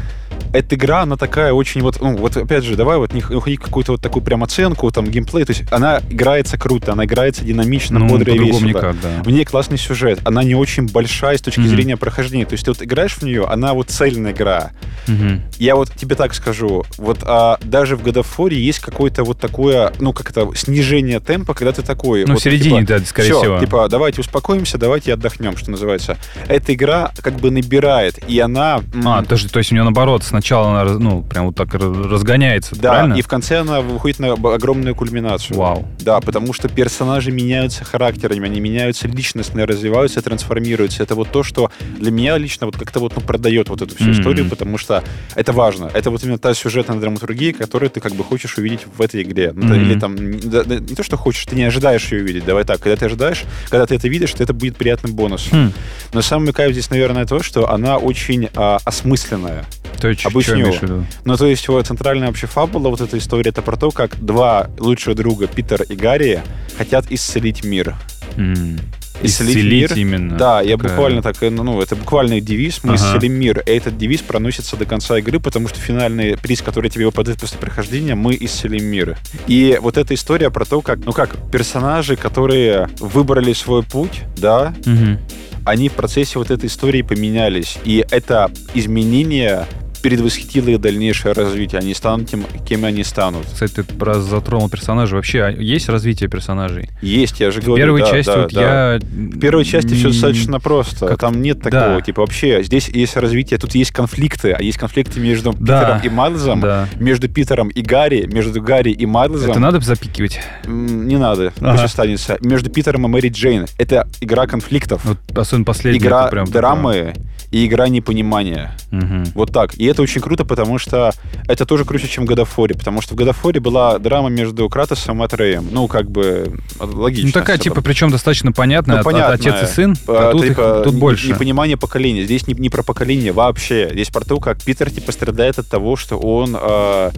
[SPEAKER 2] эта игра, она такая очень вот, ну, вот опять же, давай вот не х- уходи в какую-то вот такую прям оценку, там, геймплей, то есть она играется круто, она играется динамично,
[SPEAKER 1] ну,
[SPEAKER 2] бодро и
[SPEAKER 1] по-другому
[SPEAKER 2] весело.
[SPEAKER 1] никак, да.
[SPEAKER 2] В ней классный сюжет, она не очень большая с точки
[SPEAKER 1] Мгм.
[SPEAKER 2] зрения прохождения. То есть ты вот играешь в нее, она вот цельная игра.
[SPEAKER 1] Мгм.
[SPEAKER 2] Я вот тебе так скажу, вот а, даже в God of War есть какое-то вот такое, ну как это, снижение темпа, когда ты такой.
[SPEAKER 1] Ну,
[SPEAKER 2] вот,
[SPEAKER 1] в середине,
[SPEAKER 2] типа,
[SPEAKER 1] да, скорее
[SPEAKER 2] все,
[SPEAKER 1] всего.
[SPEAKER 2] типа, давайте успокоимся, давайте отдохнем, что называется. Эта игра как бы набирает, и она... м,
[SPEAKER 1] А, то, есть- то есть у нее наоборот вот сначала она, раз- ну, прям вот так раз- разгоняется,
[SPEAKER 2] Да,
[SPEAKER 1] правильно?
[SPEAKER 2] и в конце она выходит на об- огромную кульминацию.
[SPEAKER 1] Вау.
[SPEAKER 2] Да, потому что персонажи меняются характерами, они меняются личностно, развиваются, трансформируются. Это вот то, что для меня лично вот как-то вот ну, продает вот эту всю
[SPEAKER 1] Мгм.
[SPEAKER 2] историю, потому что это важно. Это вот именно та сюжетная драматургия, которую ты как бы хочешь увидеть в этой игре. Ну, да,
[SPEAKER 1] Мгм.
[SPEAKER 2] Или там н- да- да, не то, что хочешь, ты не ожидаешь ее увидеть. Давай так, когда ты ожидаешь, когда ты это видишь, то это будет приятным бонусом.
[SPEAKER 1] Хм.
[SPEAKER 2] Но самый кайф здесь, наверное, то, что она очень а, осмысленная.
[SPEAKER 1] То есть, чё-
[SPEAKER 2] Обычнее
[SPEAKER 1] чё имеешь в
[SPEAKER 2] его.
[SPEAKER 1] виду?
[SPEAKER 2] Ну, то есть, вот центральная вообще фабула, вот эта история, это про то, как два лучших друга, Питер и Гарри, хотят исцелить мир.
[SPEAKER 1] М.
[SPEAKER 2] Исцелить мир?
[SPEAKER 1] именно.
[SPEAKER 2] Да, я
[SPEAKER 1] Такая-
[SPEAKER 2] буквально так, э, ну, это буквально их девиз, мы
[SPEAKER 1] Ага.
[SPEAKER 2] исцелим мир. И этот девиз проносится до конца игры, потому что финальный приз, который тебе выпадает после прохождения, мы исцелим мир. И вот эта история про то, как, ну как, персонажи, которые выбрали свой путь, да,
[SPEAKER 1] Мгм.
[SPEAKER 2] они в процессе вот этой истории поменялись. И это изменение предвосхитило их дальнейшее развитие. Они станут тем, кем они станут.
[SPEAKER 1] Кстати, ты про затронул персонажей. Вообще, а есть развитие персонажей?
[SPEAKER 2] Есть, я же
[SPEAKER 1] В
[SPEAKER 2] говорю.
[SPEAKER 1] первой
[SPEAKER 2] да,
[SPEAKER 1] части
[SPEAKER 2] да,
[SPEAKER 1] вот
[SPEAKER 2] да.
[SPEAKER 1] я...
[SPEAKER 2] В первой части все достаточно просто.
[SPEAKER 1] как-
[SPEAKER 2] Там нет такого.
[SPEAKER 1] Да.
[SPEAKER 2] Типа вообще здесь есть развитие, тут есть конфликты, а есть конфликты между
[SPEAKER 1] Да.
[SPEAKER 2] Питером и Майлзом,
[SPEAKER 1] Да.
[SPEAKER 2] между Питером и Гарри, между Гарри и Майлзом.
[SPEAKER 1] Это надо запикивать?
[SPEAKER 2] М, Не надо, пусть
[SPEAKER 1] Ага.
[SPEAKER 2] останется. Между Питером и Мэри Джейн. Это игра конфликтов,
[SPEAKER 1] Вот особенно последняя.
[SPEAKER 2] игра
[SPEAKER 1] это прям такая.
[SPEAKER 2] драмы и игра непонимания.
[SPEAKER 1] Мгм. Ну,
[SPEAKER 2] Вот так. И это очень круто, потому что это тоже круче, чем в Годофоре. Потому что в Годофоре была драма между Кратосом и Атреем. Ну, как бы, логично.
[SPEAKER 1] Ну, такая,
[SPEAKER 2] всё
[SPEAKER 1] типа, причем достаточно понятная.
[SPEAKER 2] Ну,
[SPEAKER 1] от- от
[SPEAKER 2] понятная.
[SPEAKER 1] Отец и сын,
[SPEAKER 2] Э,
[SPEAKER 1] а тут, их-
[SPEAKER 2] типа,
[SPEAKER 1] тут
[SPEAKER 2] не-
[SPEAKER 1] больше.
[SPEAKER 2] Непонимание поколения. Здесь не, не про поколение вообще. Здесь про то, как Питер типа страдает от того, что он э,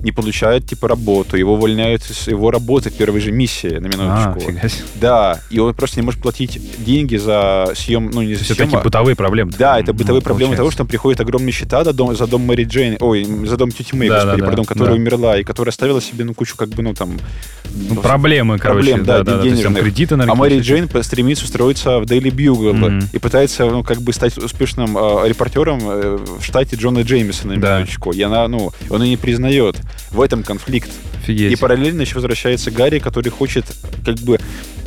[SPEAKER 2] не получает типа работу, его увольняют с его работы в первой же миссии на
[SPEAKER 1] а,
[SPEAKER 2] минуточку.
[SPEAKER 1] фига себе.
[SPEAKER 2] да, и он просто не может платить деньги за съем, ну не за
[SPEAKER 1] Все
[SPEAKER 2] съем,
[SPEAKER 1] такие
[SPEAKER 2] а-
[SPEAKER 1] бытовые проблемы.
[SPEAKER 2] да, это
[SPEAKER 1] Ну,
[SPEAKER 2] бытовые проблемы того,
[SPEAKER 1] того, что
[SPEAKER 2] что там приходят огромные счета до дома- за дом Мэри Джейн, ой, за дом тети Мэй,
[SPEAKER 1] Да,
[SPEAKER 2] господи,
[SPEAKER 1] да, да.
[SPEAKER 2] пардон, которая
[SPEAKER 1] Да.
[SPEAKER 2] умерла и которая оставила себе, ну, кучу, как бы, ну, там...
[SPEAKER 1] Ну, проблемы, короче,
[SPEAKER 2] Проблем, да,
[SPEAKER 1] да, да, да, то есть там
[SPEAKER 2] денежных.
[SPEAKER 1] кредиты
[SPEAKER 2] А
[SPEAKER 1] нарекли,
[SPEAKER 2] Мэри
[SPEAKER 1] всякие.
[SPEAKER 2] Джейн по- стремится устроиться в Daily Bugle
[SPEAKER 1] Мгм.
[SPEAKER 2] и пытается, ну, как бы стать успешным э, репортером э, в штате Джона Джеймисона, на
[SPEAKER 1] Да.
[SPEAKER 2] минуточку. И она, ну, он ее не признает. В этом конфликт.
[SPEAKER 1] Офигеть.
[SPEAKER 2] И параллельно еще возвращается Гарри, который хочет как бы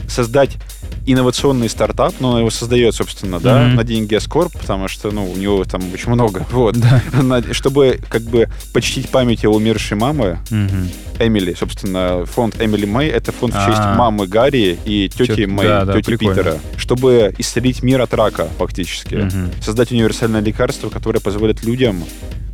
[SPEAKER 2] создать инновационный стартап, но он его создает, собственно, да,
[SPEAKER 1] Мгм.
[SPEAKER 2] на деньги Эскорп, потому что, ну, у него там очень много, [LAUGHS] вот.
[SPEAKER 1] Да.
[SPEAKER 2] На- чтобы, как бы, почтить память его умершей мамы,
[SPEAKER 1] Мгм.
[SPEAKER 2] Эмили, собственно, фонд Эмили Мэй, это фонд в честь
[SPEAKER 1] А.
[SPEAKER 2] мамы Гарри и тети
[SPEAKER 1] Тёт-
[SPEAKER 2] Мэй,
[SPEAKER 1] да, да,
[SPEAKER 2] тети
[SPEAKER 1] прикольно.
[SPEAKER 2] Питера, чтобы исцелить мир от рака, фактически.
[SPEAKER 1] Мгм.
[SPEAKER 2] Создать универсальное лекарство, которое позволит людям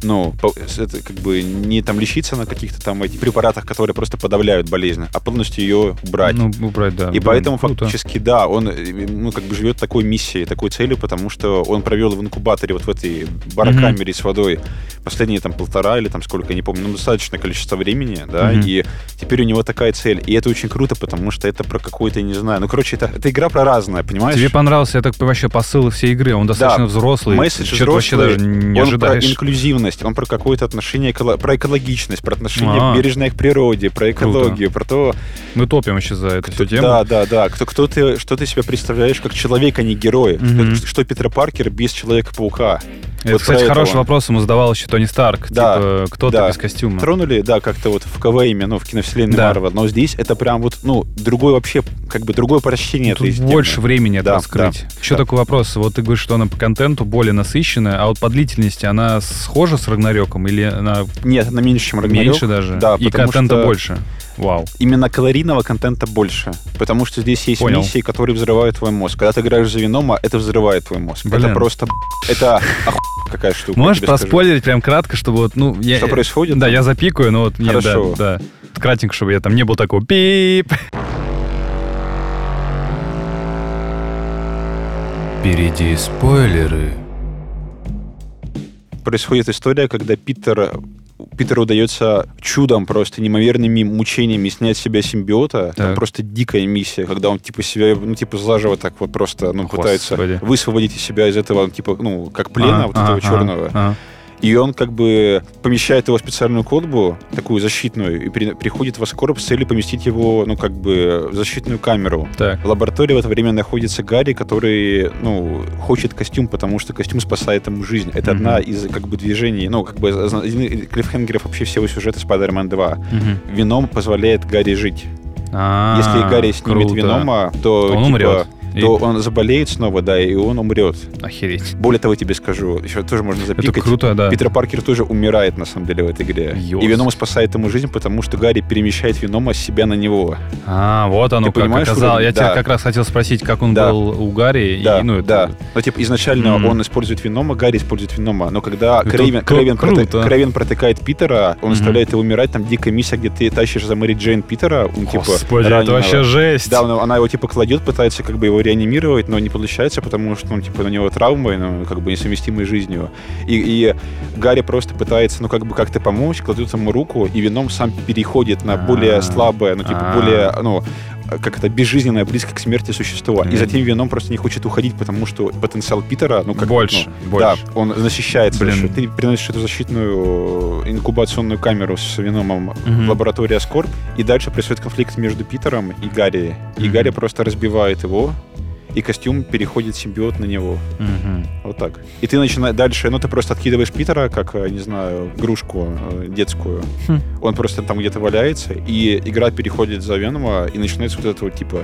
[SPEAKER 2] ну, по- с- это как бы не там лечиться на каких-то там этих препаратах, которые просто подавляют болезнь, а полностью ее убрать.
[SPEAKER 1] Ну, убрать, да.
[SPEAKER 2] И
[SPEAKER 1] Блин,
[SPEAKER 2] поэтому
[SPEAKER 1] круто.
[SPEAKER 2] фактически, да, он э, ну, как бы живет такой миссией, такой целью, потому что он провел в инкубаторе вот в этой барокамере с водой последние там полтора или там сколько, я не помню, ну, достаточное количество времени, да,
[SPEAKER 1] Мгм.
[SPEAKER 2] и теперь у него такая цель. И это очень круто, потому что это про какой-то, не знаю, ну, короче, это, это игра про разное, понимаешь?
[SPEAKER 1] Тебе понравился, я так понимаю, вообще посыл всей игры. Он достаточно взрослый.
[SPEAKER 2] Месседж
[SPEAKER 1] чё-то вообще
[SPEAKER 2] взрослый,
[SPEAKER 1] даже не
[SPEAKER 2] он про
[SPEAKER 1] ожидаешь.
[SPEAKER 2] инклюзивность, он про какое-то отношение, эколо- про экологичность, про отношение
[SPEAKER 1] А.
[SPEAKER 2] бережное к природе,
[SPEAKER 1] Круто.
[SPEAKER 2] про экологию, про то,
[SPEAKER 1] Мы топим вообще за эту всю тему.
[SPEAKER 2] Да, да, да. Кто, кто ты, что ты себя представляешь как человек, а не герой?
[SPEAKER 1] Мгм.
[SPEAKER 2] Что, что Питер Паркер без Человека-паука?
[SPEAKER 1] Это,
[SPEAKER 2] вот
[SPEAKER 1] кстати,
[SPEAKER 2] про
[SPEAKER 1] хороший
[SPEAKER 2] этого.
[SPEAKER 1] вопрос ему задавал еще Тони Старк.
[SPEAKER 2] Да,
[SPEAKER 1] Типа, кто
[SPEAKER 2] да.
[SPEAKER 1] ты без костюма?
[SPEAKER 2] Тронули, да, как-то вот в КВМе, ну, в киновселенной
[SPEAKER 1] Да.
[SPEAKER 2] Марвел, но здесь это прям вот, ну, другой вообще, как бы другое прощение
[SPEAKER 1] Ну, Тут
[SPEAKER 2] этой темы.
[SPEAKER 1] больше времени это
[SPEAKER 2] Да,
[SPEAKER 1] раскрыть. Еще
[SPEAKER 2] да.
[SPEAKER 1] такой вопрос. Вот ты говоришь, что она по контенту более насыщенная, а вот по длительности она схожа с Рагнарёком или она
[SPEAKER 2] Нет, на меньше, чем Рагнарёк.
[SPEAKER 1] меньше даже?
[SPEAKER 2] Да,
[SPEAKER 1] И
[SPEAKER 2] потому
[SPEAKER 1] контента
[SPEAKER 2] что-
[SPEAKER 1] больше? Вау.
[SPEAKER 2] Именно калорийного контента больше, потому что здесь есть
[SPEAKER 1] Понял.
[SPEAKER 2] миссии, которые взрывают твой мозг. Когда ты играешь за Венома, это взрывает твой мозг. Это
[SPEAKER 1] Блин.
[SPEAKER 2] просто, б***ь. это оху- какая штука. я
[SPEAKER 1] Можешь
[SPEAKER 2] тебе скажу.
[SPEAKER 1] проспойлерить прям кратко, чтобы вот, ну, я...
[SPEAKER 2] Что происходит?
[SPEAKER 1] Да, я запикаю, но вот... не,
[SPEAKER 2] Хорошо.
[SPEAKER 1] да, да. Кратенько, чтобы я там не был такого пип.
[SPEAKER 3] Впереди спойлеры.
[SPEAKER 2] происходит история, когда Питер, Питеру удается чудом просто неимоверными мучениями снять с себя симбиота. Там
[SPEAKER 1] Так.
[SPEAKER 2] просто дикая миссия, когда он типа себя, ну типа заживо так вот просто, ну пытается
[SPEAKER 1] Господи.
[SPEAKER 2] высвободить из себя из этого, типа, ну как плена
[SPEAKER 1] А,
[SPEAKER 2] вот
[SPEAKER 1] а,
[SPEAKER 2] этого
[SPEAKER 1] а,
[SPEAKER 2] черного.
[SPEAKER 1] а.
[SPEAKER 2] И он как бы помещает его в специальную колбу, такую защитную, и при- приходит в Аскорб с целью поместить его, ну как бы в защитную камеру.
[SPEAKER 1] Так.
[SPEAKER 2] В лаборатории в это время находится Гарри, который, ну, хочет костюм, потому что костюм спасает ему жизнь. Это
[SPEAKER 1] Мгм.
[SPEAKER 2] одна из, как бы, движений, ну, как бы, зна- один из клиффхенгеров вообще всего сюжета Spider-Man 2.
[SPEAKER 1] Мгм.
[SPEAKER 2] Вином позволяет Гарри жить.
[SPEAKER 1] А,
[SPEAKER 2] Если Гарри снимет
[SPEAKER 1] круто.
[SPEAKER 2] Венома, то,
[SPEAKER 1] Он
[SPEAKER 2] типа,
[SPEAKER 1] умрет. И-
[SPEAKER 2] то он заболеет снова, да, и он умрет.
[SPEAKER 1] Охереть.
[SPEAKER 2] Более того, я тебе скажу, еще тоже можно
[SPEAKER 1] Это
[SPEAKER 2] запикать.
[SPEAKER 1] круто, да.
[SPEAKER 2] Питер Паркер тоже умирает, на самом деле, в этой игре.
[SPEAKER 1] Ёс.
[SPEAKER 2] И Венома спасает ему жизнь, потому что Гарри перемещает Венома с себя на него.
[SPEAKER 1] А, вот оно
[SPEAKER 2] Ты
[SPEAKER 1] как
[SPEAKER 2] понимаешь
[SPEAKER 1] оказалось.
[SPEAKER 2] уровень?
[SPEAKER 1] Я тебя
[SPEAKER 2] Да.
[SPEAKER 1] как раз хотел спросить, как он
[SPEAKER 2] Да.
[SPEAKER 1] был у Гарри. и,
[SPEAKER 2] да,
[SPEAKER 1] ну, это-
[SPEAKER 2] да. Но, типа, изначально
[SPEAKER 1] Мгм.
[SPEAKER 2] он использует Венома, Гарри использует Венома. Но когда
[SPEAKER 1] Это
[SPEAKER 2] Крейвен,
[SPEAKER 1] кру-
[SPEAKER 2] Крейвен, проте-
[SPEAKER 1] круто.
[SPEAKER 2] Крейвен протыкает Питера, он
[SPEAKER 1] Мгм.
[SPEAKER 2] заставляет его умирать. Там дикая миссия, где ты тащишь за Мэри Джейн Питера. Он, типа,
[SPEAKER 1] Господи, это
[SPEAKER 2] раненого.
[SPEAKER 1] вообще жесть.
[SPEAKER 2] Да, он- она его типа кладет, пытается как бы его реанимировать, но не получается, потому что ну, типа у него травмы, ну, как бы несовместимые с жизнью. И, и Гарри просто пытается, ну как бы как-то помочь, кладет ему руку, и вином сам переходит на
[SPEAKER 1] А.
[SPEAKER 2] более слабое, ну типа
[SPEAKER 1] А.
[SPEAKER 2] более, ну как это безжизненное, близко к смерти существо. И
[SPEAKER 1] Мгм.
[SPEAKER 2] затем вином просто не хочет уходить, потому что потенциал Питера, ну как
[SPEAKER 1] Больше,
[SPEAKER 2] ну,
[SPEAKER 1] больше.
[SPEAKER 2] Да, он защищается.
[SPEAKER 1] Блин.
[SPEAKER 2] за счет- Ты приносишь эту защитную э, инкубационную камеру с виномом
[SPEAKER 1] Мгм.
[SPEAKER 2] в лаборатории Аскорб, и дальше происходит конфликт между Питером и Гарри. И
[SPEAKER 1] Мгм.
[SPEAKER 2] Гарри просто разбивает его, и костюм переходит симбиот на него.
[SPEAKER 1] Мгм.
[SPEAKER 2] Вот так. И ты начинаешь дальше, ну ты просто откидываешь Питера, как, э, не знаю, игрушку э, детскую.
[SPEAKER 1] Хм.
[SPEAKER 2] Он просто там где-то валяется, и игра переходит за Венома, и начинается вот это вот типа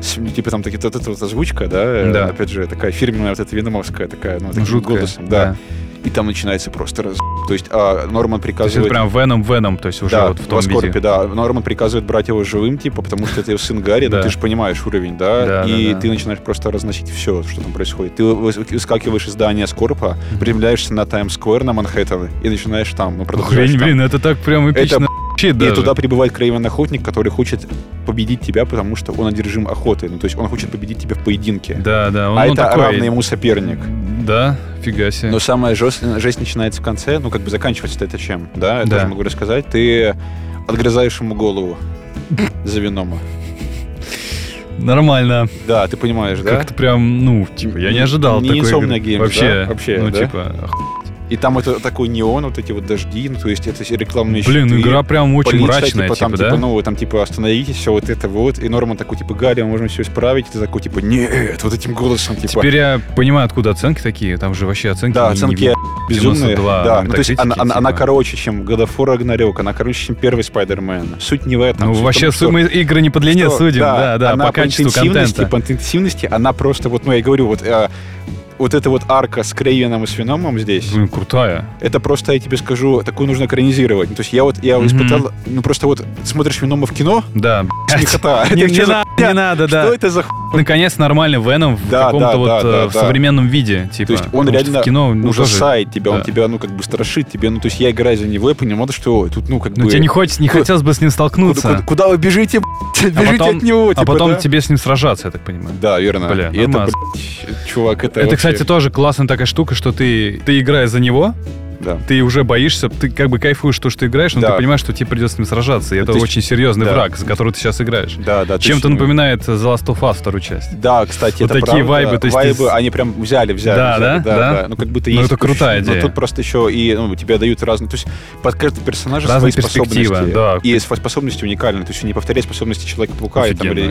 [SPEAKER 2] с- типа там таки, вот эта вот озвучка, да, э,
[SPEAKER 1] Да.
[SPEAKER 2] опять же, такая фирменная вот эта веномовская такая, ну, таким
[SPEAKER 1] Жуткое.
[SPEAKER 2] голосом, да. И там начинается просто раз... То есть а, Норман
[SPEAKER 1] То есть это
[SPEAKER 2] приказывает...
[SPEAKER 1] прям Веном Веном, то есть уже
[SPEAKER 2] да,
[SPEAKER 1] вот в том
[SPEAKER 2] Аскорбе,
[SPEAKER 1] виде.
[SPEAKER 2] да. Норман приказывает брать его живым, типа, потому что это сын Гарри,
[SPEAKER 1] Да.
[SPEAKER 2] ну ты же понимаешь уровень, да?
[SPEAKER 1] Да,
[SPEAKER 2] и
[SPEAKER 1] да, да.
[SPEAKER 2] ты начинаешь просто разносить все, что там происходит. Ты выс- выскакиваешь из здания Скорпа, приземляешься на Таймс-сквер на Манхэттен и начинаешь там, ну, продолжаешь
[SPEAKER 1] Хрень,
[SPEAKER 2] там.
[SPEAKER 1] блин, это так прям эпично. звучит
[SPEAKER 2] И
[SPEAKER 1] даже.
[SPEAKER 2] туда прибывает Крейвен Охотник, который хочет победить тебя, потому что он одержим охотой. Ну, то есть он хочет победить тебя в поединке.
[SPEAKER 1] Да, да. Он,
[SPEAKER 2] а
[SPEAKER 1] он
[SPEAKER 2] это
[SPEAKER 1] такой,
[SPEAKER 2] равный Ну, ему соперник.
[SPEAKER 1] Да, фига себе.
[SPEAKER 2] Но самая жест- жесть начинается в конце, ну, как бы заканчивается это чем, да? Я
[SPEAKER 1] Да.
[SPEAKER 2] тоже могу рассказать. Ты отгрызаешь ему голову за винома.
[SPEAKER 1] Нормально.
[SPEAKER 2] Да, ты понимаешь, да?
[SPEAKER 1] Как-то прям, ну, типа, я не ожидал
[SPEAKER 2] Не
[SPEAKER 1] такой
[SPEAKER 2] Insomnia
[SPEAKER 1] игры.
[SPEAKER 2] Games,
[SPEAKER 1] Вообще,
[SPEAKER 2] да? Вообще,
[SPEAKER 1] ну,
[SPEAKER 2] да?
[SPEAKER 1] типа, ох,
[SPEAKER 2] И там это такой неон, вот эти вот дожди, ну, то есть это все рекламные
[SPEAKER 1] блин, ну,
[SPEAKER 2] щиты,
[SPEAKER 1] игра прям очень
[SPEAKER 2] полиция,
[SPEAKER 1] мрачная, типа,
[SPEAKER 2] там,
[SPEAKER 1] да?
[SPEAKER 2] ну, там, типа, остановитесь, все вот это вот. И Норман такой, типа, Гарри, мы можем все исправить. И ты такой, типа, нет, вот этим голосом, типа...
[SPEAKER 1] Теперь я понимаю, откуда оценки такие. Там же вообще оценки
[SPEAKER 2] Да,
[SPEAKER 1] не-
[SPEAKER 2] оценки
[SPEAKER 1] не-
[SPEAKER 2] безумные.
[SPEAKER 1] 92
[SPEAKER 2] да,
[SPEAKER 1] на
[SPEAKER 2] ну, то есть она,
[SPEAKER 1] Metacritic,
[SPEAKER 2] она- она
[SPEAKER 1] типа.
[SPEAKER 2] короче, чем God of War Ragnarok, она короче, чем первый Спайдермен. Суть не в этом.
[SPEAKER 1] Ну,
[SPEAKER 2] Суть в
[SPEAKER 1] вообще,
[SPEAKER 2] том, что-
[SPEAKER 1] мы игры не по длине
[SPEAKER 2] что,
[SPEAKER 1] судим, да, да,
[SPEAKER 2] она
[SPEAKER 1] по качеству
[SPEAKER 2] интенсивности,
[SPEAKER 1] контента.
[SPEAKER 2] По интенсивности она просто, вот, ну, я говорю, вот, э, вот эта вот арка с Крейвеном и с Виномом здесь,
[SPEAKER 1] Блин, крутая.
[SPEAKER 2] это просто, я тебе скажу, такую нужно экранизировать. Ну, То есть я вот, я
[SPEAKER 1] Мгм.
[SPEAKER 2] испытал, ну, просто вот смотришь Венома в кино,
[SPEAKER 1] Да, [LAUGHS]
[SPEAKER 2] смехота.
[SPEAKER 1] Не,
[SPEAKER 2] Это
[SPEAKER 1] не
[SPEAKER 2] чё за
[SPEAKER 1] надо,
[SPEAKER 2] хуйня? ну,
[SPEAKER 1] не надо, да.
[SPEAKER 2] Что это за ху-
[SPEAKER 1] Наконец, нормальный Веном в
[SPEAKER 2] Да,
[SPEAKER 1] каком-то
[SPEAKER 2] да,
[SPEAKER 1] вот
[SPEAKER 2] да,
[SPEAKER 1] э,
[SPEAKER 2] да,
[SPEAKER 1] в
[SPEAKER 2] да.
[SPEAKER 1] современном виде. Типа.
[SPEAKER 2] То есть он
[SPEAKER 1] Потому что
[SPEAKER 2] реально
[SPEAKER 1] в кино, ну, тоже-
[SPEAKER 2] ужасает тебя,
[SPEAKER 1] да.
[SPEAKER 2] он тебя, ну, как бы страшит тебе. Ну, то есть я, играя за него, я понимал, что тут, ну, как
[SPEAKER 1] Ну,
[SPEAKER 2] бы...
[SPEAKER 1] тебе не, хочется, не
[SPEAKER 2] Куда-
[SPEAKER 1] хотелось бы с ним
[SPEAKER 2] куда,
[SPEAKER 1] столкнуться.
[SPEAKER 2] куда- куда вы бежите, б***ь? [LAUGHS] бежите
[SPEAKER 1] потом-
[SPEAKER 2] от него,
[SPEAKER 1] а
[SPEAKER 2] типа,
[SPEAKER 1] потом
[SPEAKER 2] да?
[SPEAKER 1] тебе с ним сражаться, я так понимаю.
[SPEAKER 2] Да, верно.
[SPEAKER 1] Бля,
[SPEAKER 2] И это,
[SPEAKER 1] нормас.
[SPEAKER 2] б***ь, чувак, это
[SPEAKER 1] Это,
[SPEAKER 2] вообще-
[SPEAKER 1] кстати, тоже классная такая штука, что ты, ты играешь за него,
[SPEAKER 2] Да.
[SPEAKER 1] ты уже боишься, ты как бы кайфуешь то, что ты играешь, но
[SPEAKER 2] Да. Ну,
[SPEAKER 1] ты понимаешь, что тебе придется с ним сражаться. И это
[SPEAKER 2] То есть-
[SPEAKER 1] очень серьезный
[SPEAKER 2] да.
[SPEAKER 1] враг, за который ты сейчас играешь.
[SPEAKER 2] Да, да. то
[SPEAKER 1] Чем-то
[SPEAKER 2] есть, ну,
[SPEAKER 1] напоминает The Last of Us вторую часть.
[SPEAKER 2] Да, кстати,
[SPEAKER 1] Вот
[SPEAKER 2] это
[SPEAKER 1] такие
[SPEAKER 2] правда.
[SPEAKER 1] вайбы, то есть
[SPEAKER 2] вайбы,
[SPEAKER 1] ты-
[SPEAKER 2] они прям взяли, взяли.
[SPEAKER 1] Да,
[SPEAKER 2] взяли,
[SPEAKER 1] да, да.
[SPEAKER 2] Ну, как будто
[SPEAKER 1] Ну,
[SPEAKER 2] есть...
[SPEAKER 1] это крутая
[SPEAKER 2] ощущение,
[SPEAKER 1] идея.
[SPEAKER 2] Но тут просто еще и ну, тебе дают разные... То есть под каждого персонажа
[SPEAKER 1] Разная
[SPEAKER 2] свои
[SPEAKER 1] перспектива,
[SPEAKER 2] способности.
[SPEAKER 1] да.
[SPEAKER 2] И свои способности уникальны. То есть не повторяй способности Человека-паука и, там,
[SPEAKER 1] Офигенно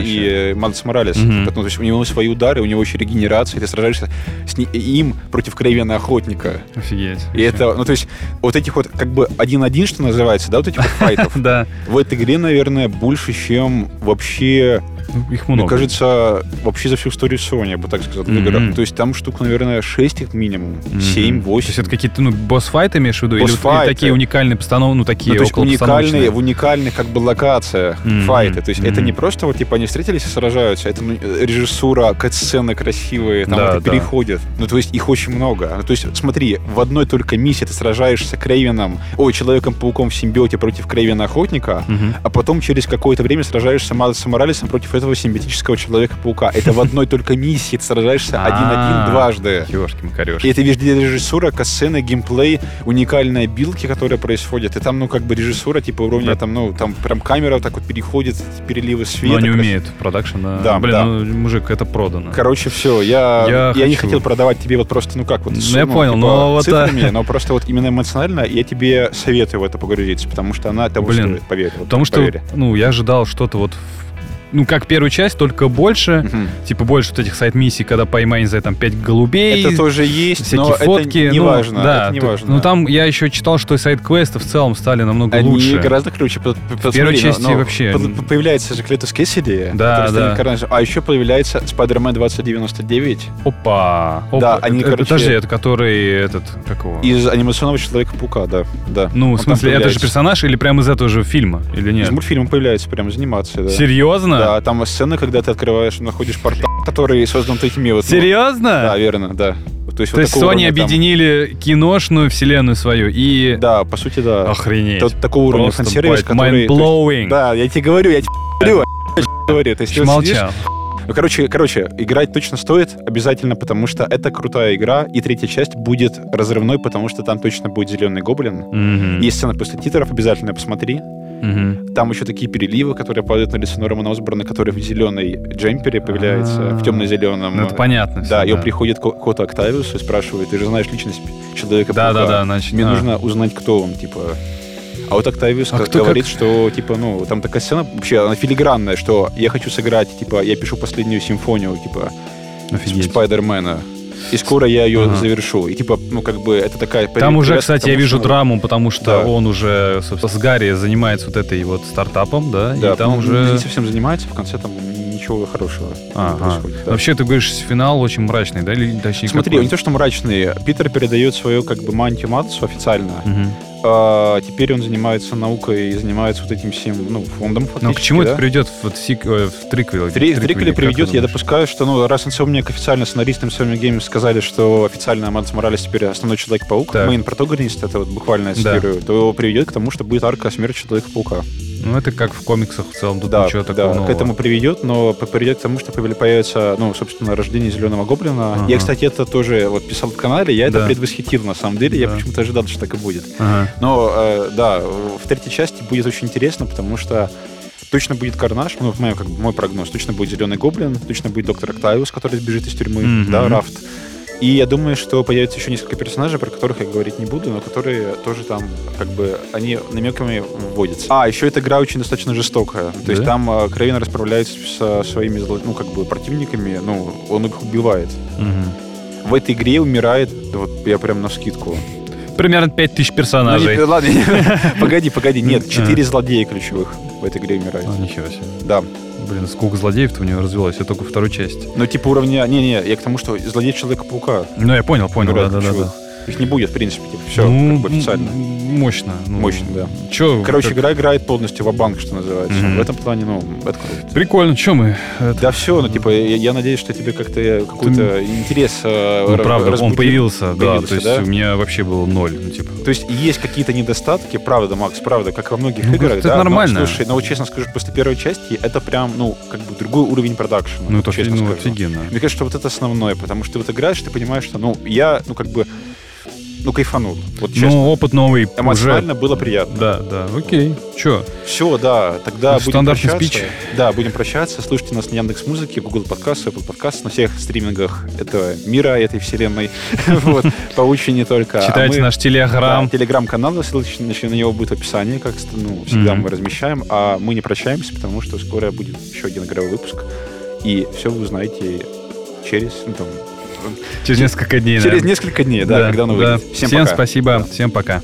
[SPEAKER 1] вообще.
[SPEAKER 2] или- и Мадс Моралес.
[SPEAKER 1] Мгм.
[SPEAKER 2] Ну, то есть у него свои удары, у него еще регенерация, и ты сражаешься с ни- им против Крейвена Охотника.
[SPEAKER 1] Офигеть.
[SPEAKER 2] И это, ну, то есть, вот этих вот, как бы, один-один, что называется, да, вот этих вот файтов, [LAUGHS]
[SPEAKER 1] Да,
[SPEAKER 2] в этой игре, наверное, больше, чем вообще
[SPEAKER 1] Ну, их
[SPEAKER 2] мне
[SPEAKER 1] много.
[SPEAKER 2] кажется, вообще за всю историю Sony, я бы так сказал, в
[SPEAKER 1] Мгм.
[SPEAKER 2] играх. То есть там штук, наверное, 6 их минимум,
[SPEAKER 1] Мгм.
[SPEAKER 2] 7,
[SPEAKER 1] То есть это
[SPEAKER 2] 8.
[SPEAKER 1] какие-то, ну, босс-файты имеешь в виду? Или, вот- или
[SPEAKER 2] Босс-файты.
[SPEAKER 1] такие уникальные постановки, ну, такие
[SPEAKER 2] Ну, то есть уникальные,
[SPEAKER 1] уникальные.
[SPEAKER 2] в уникальных как бы локациях
[SPEAKER 1] Мгм.
[SPEAKER 2] файты. То есть это
[SPEAKER 1] Мгм.
[SPEAKER 2] не просто вот типа они встретились и сражаются, это ну, режиссура, кат-сцены красивые, там
[SPEAKER 1] Да,
[SPEAKER 2] это
[SPEAKER 1] да.
[SPEAKER 2] переходят. Ну то есть их очень много. Ну, то есть смотри, в одной только миссии ты сражаешься Крейвеном, ой, Человеком-пауком в симбиоте против Крейвена Охотника, а потом через какое-то время сражаешься с Моралесом против этого симбиотического Человека-паука. Это в одной только миссии ты сражаешься
[SPEAKER 1] А.
[SPEAKER 2] один-один дважды.
[SPEAKER 1] Ёшки,
[SPEAKER 2] И это везде режиссура, кассены, геймплей, уникальные билки, которые происходят. И там, ну, как бы режиссура, типа, уровня,
[SPEAKER 1] Да.
[SPEAKER 2] там, ну, там прям камера вот так вот переходит, переливы света.
[SPEAKER 1] Но они
[SPEAKER 2] крас-
[SPEAKER 1] умеют продакшн. а-
[SPEAKER 2] Да,
[SPEAKER 1] Блин,
[SPEAKER 2] да.
[SPEAKER 1] ну, мужик, это продано.
[SPEAKER 2] Короче, все, я,
[SPEAKER 1] Я
[SPEAKER 2] я, не
[SPEAKER 1] хочу.
[SPEAKER 2] хотел продавать тебе вот просто, ну как, вот
[SPEAKER 1] Ну,
[SPEAKER 2] с-
[SPEAKER 1] я понял,
[SPEAKER 2] типа,
[SPEAKER 1] но вот, а-
[SPEAKER 2] цифрами, но просто вот именно эмоционально я тебе советую в это погрузиться, потому что она того
[SPEAKER 1] Блин,
[SPEAKER 2] стоит, поверь. вот
[SPEAKER 1] Потому что,
[SPEAKER 2] поверь.
[SPEAKER 1] ну, я ожидал что-то вот в- ну, как первую часть, только больше.
[SPEAKER 2] Мгм.
[SPEAKER 1] Типа больше вот этих сайт-миссий, когда поймай, не знаю, там, пять голубей.
[SPEAKER 2] Это тоже есть,
[SPEAKER 1] всякие
[SPEAKER 2] но
[SPEAKER 1] фотки.
[SPEAKER 2] это не
[SPEAKER 1] ну,
[SPEAKER 2] важно.
[SPEAKER 1] Да,
[SPEAKER 2] это не
[SPEAKER 1] т-
[SPEAKER 2] важно.
[SPEAKER 1] Ну, там я еще читал, что сайт-квесты в целом стали намного
[SPEAKER 2] Они
[SPEAKER 1] лучше.
[SPEAKER 2] гораздо круче. Под, под-
[SPEAKER 1] В первой
[SPEAKER 2] смотри,
[SPEAKER 1] части
[SPEAKER 2] но- но
[SPEAKER 1] вообще-
[SPEAKER 2] под- под- появляется же Клетус Кессиди,
[SPEAKER 1] Да,
[SPEAKER 2] который станет
[SPEAKER 1] да.
[SPEAKER 2] коронавирусом. А еще появляется Spider-Man 2099
[SPEAKER 1] Опа, опа.
[SPEAKER 2] Да, они,
[SPEAKER 1] Э,
[SPEAKER 2] короче-
[SPEAKER 1] Подожди, это который этот, как его?
[SPEAKER 2] из анимационного Человека-паука, да. да.
[SPEAKER 1] Ну,
[SPEAKER 2] Он
[SPEAKER 1] в
[SPEAKER 2] там
[SPEAKER 1] смысле, это же
[SPEAKER 2] появляется.
[SPEAKER 1] персонаж или прям из этого же фильма? Или нет?
[SPEAKER 2] Из мультфильма появляется прям из анимации, да.
[SPEAKER 1] Серьезно?
[SPEAKER 2] Да, там сцена, когда ты открываешь, находишь портал, который создан такими вот... ну,
[SPEAKER 1] Серьезно?
[SPEAKER 2] Да, верно, да. То есть,
[SPEAKER 1] То есть Sony объединили киношную вселенную свою и...
[SPEAKER 2] Да, по сути, да.
[SPEAKER 1] Охренеть.
[SPEAKER 2] Тот- такого уровня
[SPEAKER 1] Просто,
[SPEAKER 2] фан-сервис,
[SPEAKER 1] блядь,
[SPEAKER 2] который... то есть-
[SPEAKER 1] mind-blowing.
[SPEAKER 2] Да, я тебе говорю, я тебе говорю, я тебе [LAUGHS] говорю. То есть, ты вот сидишь,
[SPEAKER 1] Молчал.
[SPEAKER 2] Ну, короче, короче, играть точно стоит, обязательно, потому что это крутая игра, и третья часть будет разрывной, потому что там точно будет зеленый гоблин.
[SPEAKER 1] Мгм.
[SPEAKER 2] Есть сцена после титров, обязательно посмотри.
[SPEAKER 1] Мгм. Ну,
[SPEAKER 2] Там еще такие переливы, которые падают на лицо Нормана Осборна, который в зеленой джемпере появляется,
[SPEAKER 1] А-а-а.
[SPEAKER 2] в темно-зеленом.
[SPEAKER 1] А. Ну, это понятно. всё,
[SPEAKER 2] Да, и он приходит к Коту Октавиусу и спрашивает, ты же знаешь личность человека
[SPEAKER 1] Да, да, да, значит.
[SPEAKER 2] Мне
[SPEAKER 1] а.
[SPEAKER 2] нужно узнать, кто он, типа. А вот Октавиус
[SPEAKER 1] А
[SPEAKER 2] как-
[SPEAKER 1] кто
[SPEAKER 2] говорит, что, типа, ну, там такая сцена, вообще, она филигранная, что я хочу сыграть, типа, я пишу последнюю симфонию, типа,
[SPEAKER 1] Офигеть.
[SPEAKER 2] Спайдермена. И скоро я ее
[SPEAKER 1] Ага.
[SPEAKER 2] завершу. И, типа, ну, как бы, это такая...
[SPEAKER 1] Там
[SPEAKER 2] привязка
[SPEAKER 1] уже,
[SPEAKER 2] к
[SPEAKER 1] кстати,
[SPEAKER 2] тому,
[SPEAKER 1] я вижу
[SPEAKER 2] что-
[SPEAKER 1] драму, потому что
[SPEAKER 2] Да.
[SPEAKER 1] он уже собственно, с Гарри занимается вот этой вот стартапом, да,
[SPEAKER 2] Да,
[SPEAKER 1] и там
[SPEAKER 2] ну,
[SPEAKER 1] уже...
[SPEAKER 2] Не совсем занимается, в конце там ничего хорошего не
[SPEAKER 1] Ага.
[SPEAKER 2] происходит. да.
[SPEAKER 1] Вообще, ты говоришь, финал очень мрачный, да? Или точнее,
[SPEAKER 2] Смотри,
[SPEAKER 1] какой?
[SPEAKER 2] не то, что мрачный. Питер передает свою, как бы, мантию Матсу официально.
[SPEAKER 1] Мгм. Ну,
[SPEAKER 2] А, теперь он занимается наукой и занимается вот этим всем, ну, фондом фактически,
[SPEAKER 1] Но а к чему
[SPEAKER 2] да?
[SPEAKER 1] это приведет в, вот сик- э, в триквел?
[SPEAKER 2] Три, триквеле
[SPEAKER 1] как
[SPEAKER 2] приведет,
[SPEAKER 1] ты
[SPEAKER 2] я
[SPEAKER 1] думаешь?
[SPEAKER 2] допускаю, что, ну, раз Insomniac официально сценаристам Sony Games сказали, что официально Мадс Моралес теперь основной Человек-паук,
[SPEAKER 1] Так.
[SPEAKER 2] мейн протагонист, это вот буквально я
[SPEAKER 1] Да.
[SPEAKER 2] цитирую, то приведет к тому, что будет арка смерти Человека-паука.
[SPEAKER 1] Ну, это как в комиксах в целом, тут
[SPEAKER 2] Да,
[SPEAKER 1] ничего такого
[SPEAKER 2] да, к
[SPEAKER 1] нового.
[SPEAKER 2] этому приведет, но п- приведет к тому, что появи- появится, ну, собственно, рождение Зеленого Гоблина.
[SPEAKER 1] Ага.
[SPEAKER 2] Я, кстати, это тоже вот писал в канале, я
[SPEAKER 1] Да.
[SPEAKER 2] это предвосхитил, на самом
[SPEAKER 1] Да.
[SPEAKER 2] деле, я почему-то ожидал, что так и будет.
[SPEAKER 1] Ага.
[SPEAKER 2] Но, э, да, в третьей части будет очень интересно, потому что точно будет Карнаж, ну, в моем, как бы, мой прогноз, точно будет Зеленый Гоблин, точно будет Доктор Октавиус, который сбежит из тюрьмы,
[SPEAKER 1] Мгм.
[SPEAKER 2] да, Рафт. И я думаю, что появится еще несколько персонажей, про которых я говорить не буду, но которые тоже там, как бы, они намеками вводятся. А, еще эта игра очень достаточно жестокая. То есть
[SPEAKER 1] Да?
[SPEAKER 2] там э, Кровин расправляется со своими, зло- ну, как бы, противниками, ну, он их убивает.
[SPEAKER 1] Мгм.
[SPEAKER 2] В этой игре умирает, вот я прям на скидку,
[SPEAKER 1] Примерно 5000
[SPEAKER 2] ну, не,
[SPEAKER 1] персонажей.
[SPEAKER 2] ладно,
[SPEAKER 1] [LAUGHS]
[SPEAKER 2] не- погоди, погоди, нет,
[SPEAKER 1] Ага.
[SPEAKER 2] четыре злодея ключевых в этой игре умирает.
[SPEAKER 1] А, нихера себе.
[SPEAKER 2] Да.
[SPEAKER 1] Блин, сколько злодеев-то у него развелось, я только второй части.
[SPEAKER 2] Но типа уровня... Не-не, я к тому, что злодей Человека-паука
[SPEAKER 1] Ну, я понял, понял,
[SPEAKER 2] умирает
[SPEAKER 1] да-да-да.
[SPEAKER 2] ключевых. Их не будет, в принципе, типа, все,
[SPEAKER 1] Ну,
[SPEAKER 2] как бы официально.
[SPEAKER 1] м- м- Мощно. ну,
[SPEAKER 2] Мощно, да.
[SPEAKER 1] Чё,
[SPEAKER 2] Короче,
[SPEAKER 1] как-
[SPEAKER 2] игра играет полностью в банк что называется.
[SPEAKER 1] Мгм.
[SPEAKER 2] В этом плане, ну, это круто.
[SPEAKER 1] прикольно, что мы? это-
[SPEAKER 2] Да все, ну, типа, я, я надеюсь, что тебе как-то какой-то интерес э,
[SPEAKER 1] Ну,
[SPEAKER 2] ра-
[SPEAKER 1] правда, он
[SPEAKER 2] разбудил.
[SPEAKER 1] появился, да,
[SPEAKER 2] появился,
[SPEAKER 1] то есть
[SPEAKER 2] да?
[SPEAKER 1] у меня вообще было ноль, ну, типа.
[SPEAKER 2] То есть есть какие-то недостатки, правда, Макс, правда, как во многих
[SPEAKER 1] Ну,
[SPEAKER 2] играх,
[SPEAKER 1] это
[SPEAKER 2] да. но,
[SPEAKER 1] нормально.
[SPEAKER 2] слушай, но вот честно скажу, после первой части это прям, ну, как бы другой уровень продакшена.
[SPEAKER 1] Ну, это офи-
[SPEAKER 2] честно
[SPEAKER 1] ну,
[SPEAKER 2] скажу.
[SPEAKER 1] офигенно.
[SPEAKER 2] Мне кажется, что вот это основное, потому что ты вот играешь, ты понимаешь, что, ну, я, ну, как бы, ну, кайфанул. Вот честно. А
[SPEAKER 1] Ну, опыт новый уже.
[SPEAKER 2] Эмоционально было приятно.
[SPEAKER 1] Да, да, окей. Чё?
[SPEAKER 2] Все, да, тогда
[SPEAKER 1] Это
[SPEAKER 2] будем
[SPEAKER 1] стандартный
[SPEAKER 2] прощаться.
[SPEAKER 1] спич.
[SPEAKER 2] Да, будем прощаться. Слушайте нас на Яндекс Музыке, Google Подкаст, Apple Подкаст, на всех стримингах этого мира, этой вселенной. [LAUGHS] Вот, Паучи не только. А
[SPEAKER 1] Читайте
[SPEAKER 2] мы-
[SPEAKER 1] наш телеграм.
[SPEAKER 2] да, Телеграм-канал, ссылочка на на него будет в описании, как ну, всегда
[SPEAKER 1] Мгм.
[SPEAKER 2] мы размещаем. А мы не прощаемся, потому что скоро будет еще один игровой выпуск. И все вы узнаете через, ну, там,
[SPEAKER 1] Через несколько дней,
[SPEAKER 2] через
[SPEAKER 1] наверное.
[SPEAKER 2] несколько дней, да, когда он
[SPEAKER 1] да.
[SPEAKER 2] выйдет.
[SPEAKER 1] Всем
[SPEAKER 2] пока.
[SPEAKER 1] спасибо, всем пока.